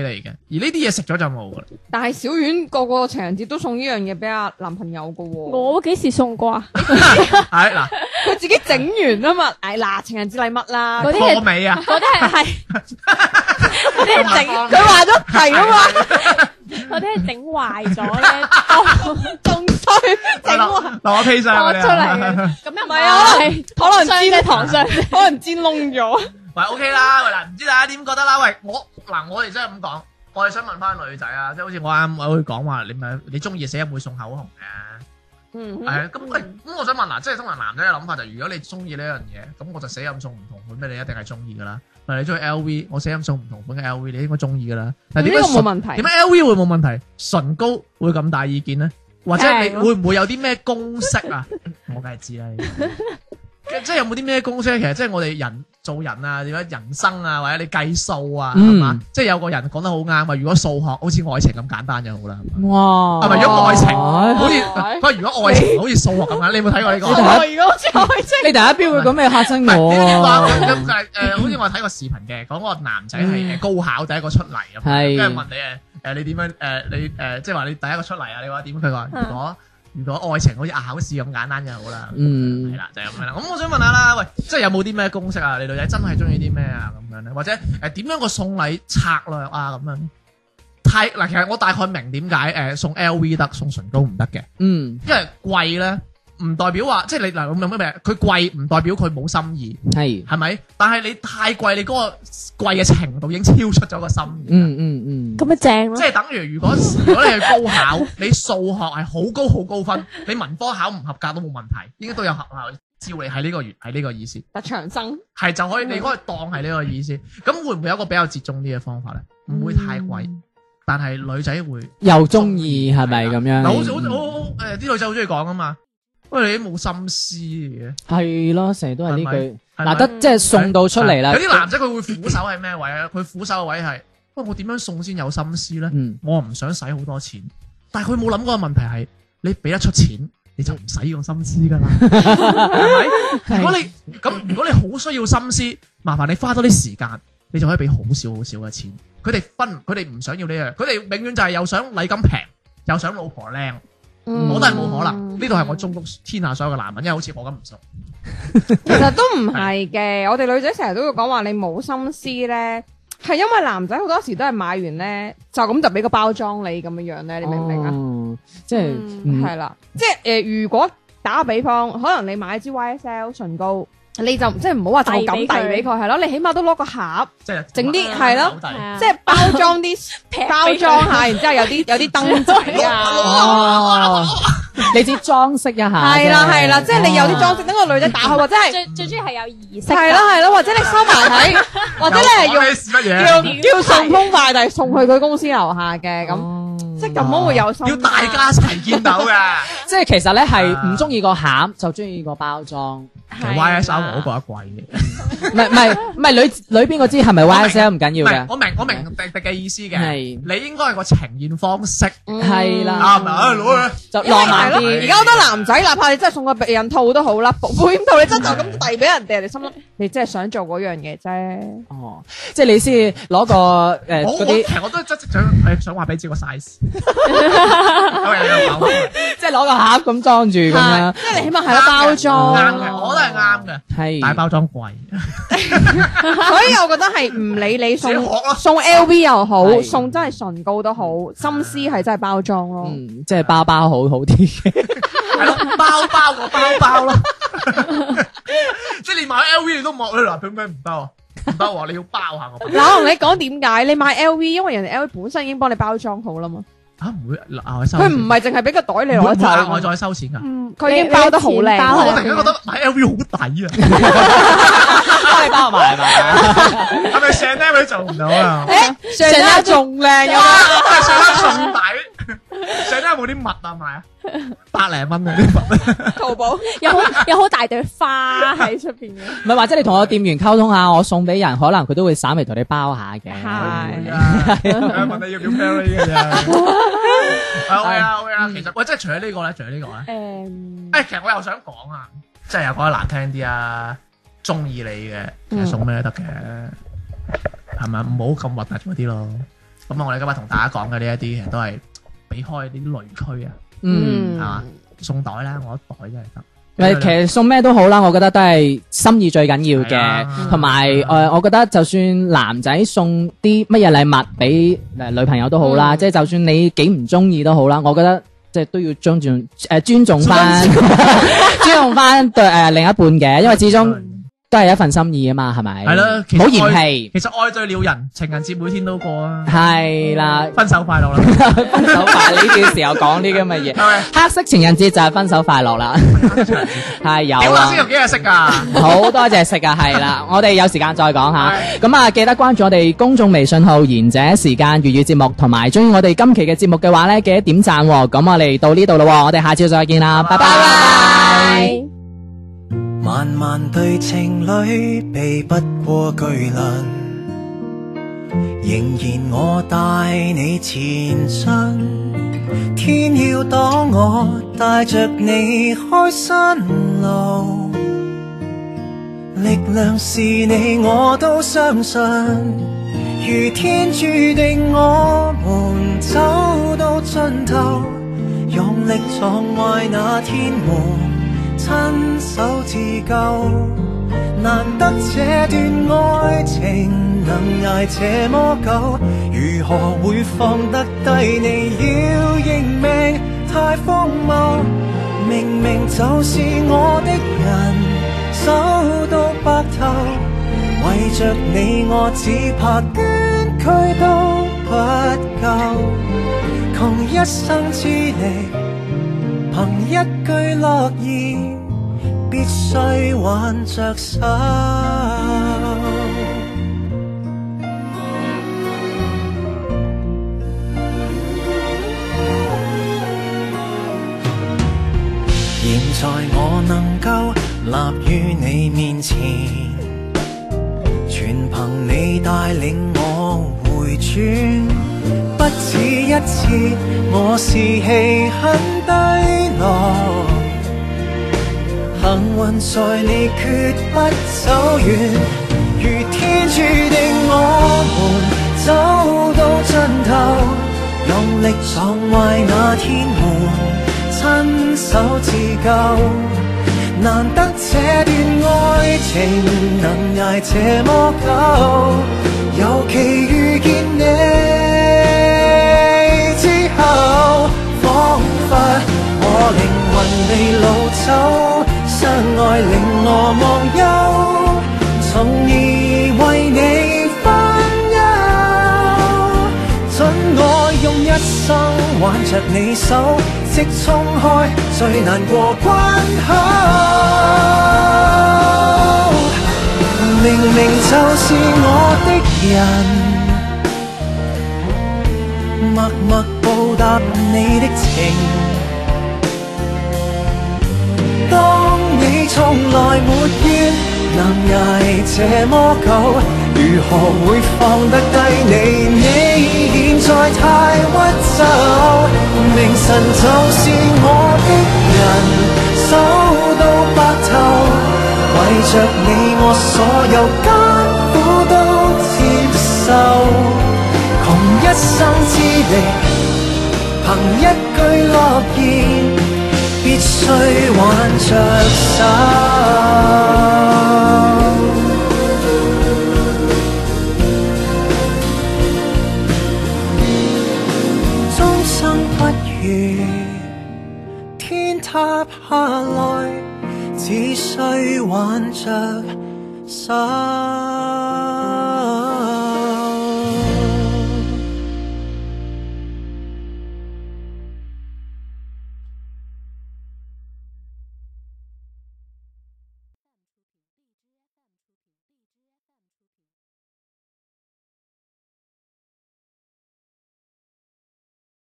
[SPEAKER 1] 你嘅，而呢啲嘢食咗就冇㗎啦。
[SPEAKER 3] 但係小丸個個情人節都送呢樣嘢俾阿男朋友噶喎，
[SPEAKER 4] 我幾時送過啊？
[SPEAKER 1] 係嗱，
[SPEAKER 3] 佢自己整完啊嘛，唉嗱情人節禮物啦，
[SPEAKER 4] 嗰啲
[SPEAKER 1] 破
[SPEAKER 4] 係
[SPEAKER 1] 尾啊，
[SPEAKER 4] 嗰啲
[SPEAKER 1] [LAUGHS]
[SPEAKER 4] 係係嗰啲係整
[SPEAKER 3] 佢話咗係啊嘛，
[SPEAKER 4] 嗰啲係整壞咗
[SPEAKER 1] [LAUGHS]
[SPEAKER 4] [LAUGHS] 咧，
[SPEAKER 3] 仲衰 [LAUGHS] 整壞，
[SPEAKER 1] 嗱嗱我 P 晒
[SPEAKER 4] 多
[SPEAKER 1] 佢
[SPEAKER 4] 出
[SPEAKER 1] 哋
[SPEAKER 4] 嚟
[SPEAKER 1] 啊。
[SPEAKER 4] 嘅。咁又唔
[SPEAKER 3] 唔係啊
[SPEAKER 4] 係
[SPEAKER 3] 可能煎
[SPEAKER 4] 糖霜啫，糖霜啫。
[SPEAKER 3] 可能煎窿咗。
[SPEAKER 1] 喂，OK 啦，喂嗱，唔知大家點覺得啦？喂，我嗱，我哋真係咁講，我哋想問翻女仔啊，即係好似我啱我會講話，你咪你中意死人會送口紅嘅，
[SPEAKER 3] 嗯
[SPEAKER 1] 係啊咁喂，咁我想問嗱，即係通常男仔嘅諗法就係，如果你中意呢樣嘢，咁我就死人送唔同款俾你，一定係中意噶啦。例如你中意 LV，我死人送唔同款嘅 LV，你應該中意噶啦。但
[SPEAKER 3] 呢
[SPEAKER 1] 係
[SPEAKER 3] 個
[SPEAKER 1] 點解
[SPEAKER 3] 冇
[SPEAKER 1] 唇
[SPEAKER 3] 問題
[SPEAKER 1] 點。解 LV 會冇問題，唇膏會咁大意見咧？或者你
[SPEAKER 3] 平
[SPEAKER 1] 會唔會有啲咩公式
[SPEAKER 3] [LAUGHS]
[SPEAKER 1] 啊？我梗係知啦，呢個即係有冇啲咩公式咧？其實即係我哋人做人啊，點解人生啊，或者你計數啊，係嘛
[SPEAKER 2] 嗯？
[SPEAKER 1] 即係有個人講得好啱啊！如果數學好似愛情咁簡單就好啦，係嘛
[SPEAKER 2] 哇！
[SPEAKER 1] 啊咪如果愛情
[SPEAKER 2] 哎
[SPEAKER 1] 好似
[SPEAKER 3] 哎
[SPEAKER 1] 佢話如果愛情好似數學咁樣，你有冇睇過呢個？
[SPEAKER 2] 你睇
[SPEAKER 3] 如果好似我即
[SPEAKER 2] 你第一標會咁，你嚇
[SPEAKER 1] 唔係呢
[SPEAKER 2] 親我
[SPEAKER 1] 啲話
[SPEAKER 2] 啊
[SPEAKER 1] 咁就！係誒，好似我睇個視頻嘅，講個男仔係誒
[SPEAKER 2] 嗯
[SPEAKER 1] 高考第一個出嚟咁樣，
[SPEAKER 2] 係
[SPEAKER 1] 跟住問你誒誒你點樣誒你誒即係話你第一個出嚟啊？你話點？佢話如果如果愛情好似考試咁簡單就好啦，
[SPEAKER 2] 嗯
[SPEAKER 1] 係，啦就係咁樣啦。咁我想問下啦，喂，即係有冇啲咩公式啊？你女仔真係中意啲咩啊？咁樣咧，或者誒點樣個送禮策略啊？咁樣太嗱，其實我大概明點解誒送 LV 得，送唇膏唔得嘅。
[SPEAKER 2] 嗯，
[SPEAKER 1] 因為貴咧唔代表話，即係你嗱，我明咩明？佢貴唔代表佢冇心意，
[SPEAKER 2] 係，
[SPEAKER 1] 係咪？但係你太貴，你嗰個貴嘅程度已經超出咗個心意。
[SPEAKER 2] 嗯嗯嗯，
[SPEAKER 4] 咁咪正
[SPEAKER 1] 即
[SPEAKER 4] 咯。
[SPEAKER 1] 係等於如果如果你去高考，你數學係好高好高分，你文科考唔合格都冇問題，應該都有合校照你係呢個原係呢個意思，
[SPEAKER 3] 特長生，
[SPEAKER 1] 係就可以你可以當係呢個意思。咁會唔會有一個比較折中啲嘅方法咧？唔會太貴，但係女仔會。
[SPEAKER 2] 又中意係咪咁樣？
[SPEAKER 1] 嗱，好好好好誒，啲女仔好中意講啊嘛。喂，你都冇心思嘅。
[SPEAKER 2] 係咯，成日都係呢句。
[SPEAKER 1] 係咪
[SPEAKER 2] 嗱，得即係送到出嚟啦。
[SPEAKER 1] 有啲男仔佢會苦手係咩位啊？佢苦手嘅位係，喂，我點樣送先有心思咧？
[SPEAKER 2] 嗯，
[SPEAKER 1] 我唔想使好多錢，但係佢冇諗過個問題係，你俾得出錢，你就唔使用心
[SPEAKER 2] [LAUGHS]
[SPEAKER 1] 思噶啦，係咪？如果你咁，如果你好需要心思，麻煩你花多啲時間，你就可以俾好少好少嘅錢。佢哋分，佢哋唔想要呢樣，佢哋永遠就係又想禮金平，又想老婆靚。
[SPEAKER 2] 嗯
[SPEAKER 1] 我都係冇可能，呢度係我中谷天下所有嘅男人，因為好似我咁唔熟。
[SPEAKER 3] 其實都唔係嘅。我哋女仔成日都會講話你冇心思咧，係因為男仔好多時都係買完咧，就咁就俾個包裝你咁樣樣咧，你明唔明
[SPEAKER 2] 啊？
[SPEAKER 3] 啊？
[SPEAKER 2] 即係嗯
[SPEAKER 3] 係啦，即係诶，呃如果打個比方，可能你買支 YSL 唇膏，你就即係唔好話就咁
[SPEAKER 4] 遞俾佢
[SPEAKER 3] 遞俾佢，係咯，你起碼都攞個盒，
[SPEAKER 1] 即係
[SPEAKER 3] 整啲係咯
[SPEAKER 1] 手底
[SPEAKER 4] 係啊
[SPEAKER 3] 即係包裝
[SPEAKER 4] [LAUGHS]
[SPEAKER 3] 啲
[SPEAKER 4] 俾佢
[SPEAKER 3] 包裝下，然之后有啲有啲燈
[SPEAKER 4] [LAUGHS]
[SPEAKER 3] 仔啊。
[SPEAKER 2] 哦，你只裝飾一下啫。
[SPEAKER 3] 係啦係啦，即係你有啲裝飾，等個女仔打開，或者
[SPEAKER 4] [LAUGHS]
[SPEAKER 3] 係啊
[SPEAKER 4] 最最中意係有儀式
[SPEAKER 3] 係
[SPEAKER 4] 㗎。
[SPEAKER 3] 啦係啦，或者你收埋
[SPEAKER 4] [LAUGHS]
[SPEAKER 3] 喺，或者你係用
[SPEAKER 1] 有講你試乜嘢？
[SPEAKER 3] 叫叫順豐快遞送去佢公司樓下嘅咁，即係咁樣會有心
[SPEAKER 1] 要
[SPEAKER 3] 啊。
[SPEAKER 1] 大家一齊見到嘅。
[SPEAKER 2] 即係其實咧係唔中意個餡，就中意個包裝。
[SPEAKER 1] 其實 YSL 我都覺得貴嘅。
[SPEAKER 2] 唔係唔係唔係，裏裏邊嗰支係咪 YSL 唔緊
[SPEAKER 1] 唔
[SPEAKER 2] 要
[SPEAKER 1] 係，
[SPEAKER 2] 嘅？
[SPEAKER 1] 我明我明迪迪嘅意思嘅。
[SPEAKER 2] 係
[SPEAKER 1] 你應該係個呈現方式
[SPEAKER 2] Ừ. 係啦，
[SPEAKER 1] 啱啊，攞去。
[SPEAKER 2] 就
[SPEAKER 3] 因為
[SPEAKER 2] 浪漫
[SPEAKER 3] 係咯，
[SPEAKER 2] 啲
[SPEAKER 3] 而。家好多男仔，哪怕你真係送個避孕套都好啦，保保險套你真就咁遞俾人哋，你心諗你真係想做嗰樣嘢啫。
[SPEAKER 2] 哦，即係你先攞個誒
[SPEAKER 1] 我
[SPEAKER 2] 嗰
[SPEAKER 1] 我
[SPEAKER 2] 啲
[SPEAKER 1] 其，實我都真係想係想話俾你知個 size。啱
[SPEAKER 2] 即係攞個盒咁裝住咁樣
[SPEAKER 3] 係，，即係你起碼係個
[SPEAKER 1] à.
[SPEAKER 3] 包裝，
[SPEAKER 1] 嘅，我都係啱嘅。
[SPEAKER 2] 係
[SPEAKER 1] 大包裝貴，
[SPEAKER 3] 所以我覺得係唔理你
[SPEAKER 1] 自己學
[SPEAKER 3] 送
[SPEAKER 1] 咯。
[SPEAKER 3] 送 LV 又好，
[SPEAKER 2] 係
[SPEAKER 3] 送真係唇膏都好，心思係真係包裝咯。
[SPEAKER 2] 嗯，即係包包好好啲。
[SPEAKER 1] 係咯，包包個包包咯，即係你買 LV 你都冇，你嗱點解唔得啊？唔得喎，你要包下我包。
[SPEAKER 3] 嗱，我同你講點解你買 LV，因為人哋 LV 本身已經幫你包裝好啦嘛，
[SPEAKER 1] 啊唔會嗱，我收
[SPEAKER 3] 佢
[SPEAKER 1] 錢。
[SPEAKER 3] 唔係淨係俾個袋你
[SPEAKER 1] 唔會
[SPEAKER 3] 攞
[SPEAKER 1] 唔會額外
[SPEAKER 3] 走，
[SPEAKER 1] 再收錢㗎。
[SPEAKER 4] 嗯
[SPEAKER 3] 佢已經包得好
[SPEAKER 4] 你你
[SPEAKER 3] 靚。
[SPEAKER 4] 嘅錢
[SPEAKER 1] 我突
[SPEAKER 4] 包係啊
[SPEAKER 1] 然間覺得買 LV 好 [LAUGHS] 抵啊，
[SPEAKER 2] 包包埋埋，
[SPEAKER 1] 係咪 Chanel 你做唔到 [LAUGHS] 啊？
[SPEAKER 3] 上得仲靚
[SPEAKER 1] 哇
[SPEAKER 3] 啊！
[SPEAKER 1] ！Chanel 送底，Chanel 有冇啲襪啊賣啊？百零蚊啊啲襪，
[SPEAKER 3] [LAUGHS] 淘寶
[SPEAKER 4] 有好有好大朵花喺出邊
[SPEAKER 3] [LAUGHS]
[SPEAKER 4] 嘅。
[SPEAKER 2] 唔係或者你同個店員溝通下，我送俾人，可能佢都會稍微同你包下嘅。
[SPEAKER 3] 係
[SPEAKER 1] 啊問你要唔要 Mary 嘅啫。啊，OK 啊，OK 啊，其實喂，即係除咗呢個咧，除咗呢個咧，
[SPEAKER 4] 誒，
[SPEAKER 1] 誒，其實我又想講啊，即係又講得難聽啲啊，中意你嘅其實送咩都得嘅，係咪？唔好咁核突嗰啲咯。咁啊，我哋今日同大家講嘅呢一啲，其實都係避開呢啲雷區啊，
[SPEAKER 2] 嗯，
[SPEAKER 1] 係嘛？送袋啦，我一袋真係得。
[SPEAKER 2] 咪其實送咩都好啦，我覺得都係心意最緊要
[SPEAKER 1] 係
[SPEAKER 2] 嘅。
[SPEAKER 1] 啊
[SPEAKER 2] 同埋誒，呃我覺得就算男仔送啲乜嘢禮物俾誒女朋友都好啦，
[SPEAKER 3] 嗯
[SPEAKER 2] 即係就算你幾唔中意都好啦，我覺得即係都要尊重誒尊重翻 [LAUGHS] 尊重翻對誒另一半嘅，因為始終都係一份心意啊嘛，係咪？
[SPEAKER 1] 係咯其
[SPEAKER 2] 唔
[SPEAKER 1] 實
[SPEAKER 2] 好嫌棄，
[SPEAKER 1] 其實愛對了人，情人節每天都過啊。
[SPEAKER 2] [LAUGHS] 係啦，
[SPEAKER 1] 分手快樂啦，
[SPEAKER 2] 分手快呢段時候講啲咁嘅嘢。
[SPEAKER 1] [LAUGHS] 係
[SPEAKER 2] 黑色情人節就係分手快
[SPEAKER 1] [LAUGHS]
[SPEAKER 2] 樂啦，係有
[SPEAKER 1] 咪？屌啦，先
[SPEAKER 2] 啦
[SPEAKER 1] 用。幾日識㗎？
[SPEAKER 2] 好多謝食啊，
[SPEAKER 1] [LAUGHS]
[SPEAKER 2] 係啦，我哋有時間再講下。咁啊，記得關注我哋公眾微信號《賢者時間粵語節目》，同埋中意我哋今期嘅節目嘅話呢，記得點讚喎。咁我哋到呢度咯，我哋下次再見啦，拜拜。
[SPEAKER 8] 漫漫對情侶避不過巨輪，仍然我帶你前進。天要擋我，帶着你開新路。力量是你，我都相信。如天注定，我們走到盡頭，用力撞壞那天門，親手自救。難得這段愛情能捱這麼久，如何會放得低？你要認命，太荒謬。明明就是我的人，手到白頭，為着你我只怕捐軀都不夠，窮一生之力，憑一句諾言，必須挽着手。現在我能夠立於你面前，全憑你帶領我回轉。不止一次，我士氣很低落，幸運在你決不走遠。如天注定，我們走到盡頭，用力撞壞那天門。親手自救。難得這段愛情能捱這麼久，尤其遇見你之後，彷彿我靈魂被擄走，相愛令我忘憂，從而為你分憂。准我用一生挽着你手，直衝開最難過關口。明明就是我的人，默默報答你的情。當你從來沒怨，能捱這麼久，如何會放得低你？你現在太屈就，明晨就是我的人，手到白頭，為着你我所有艱苦都接受，窮一生之力，憑一句諾言。必須挽着手。終生不渝，天塌下來，只需挽着手。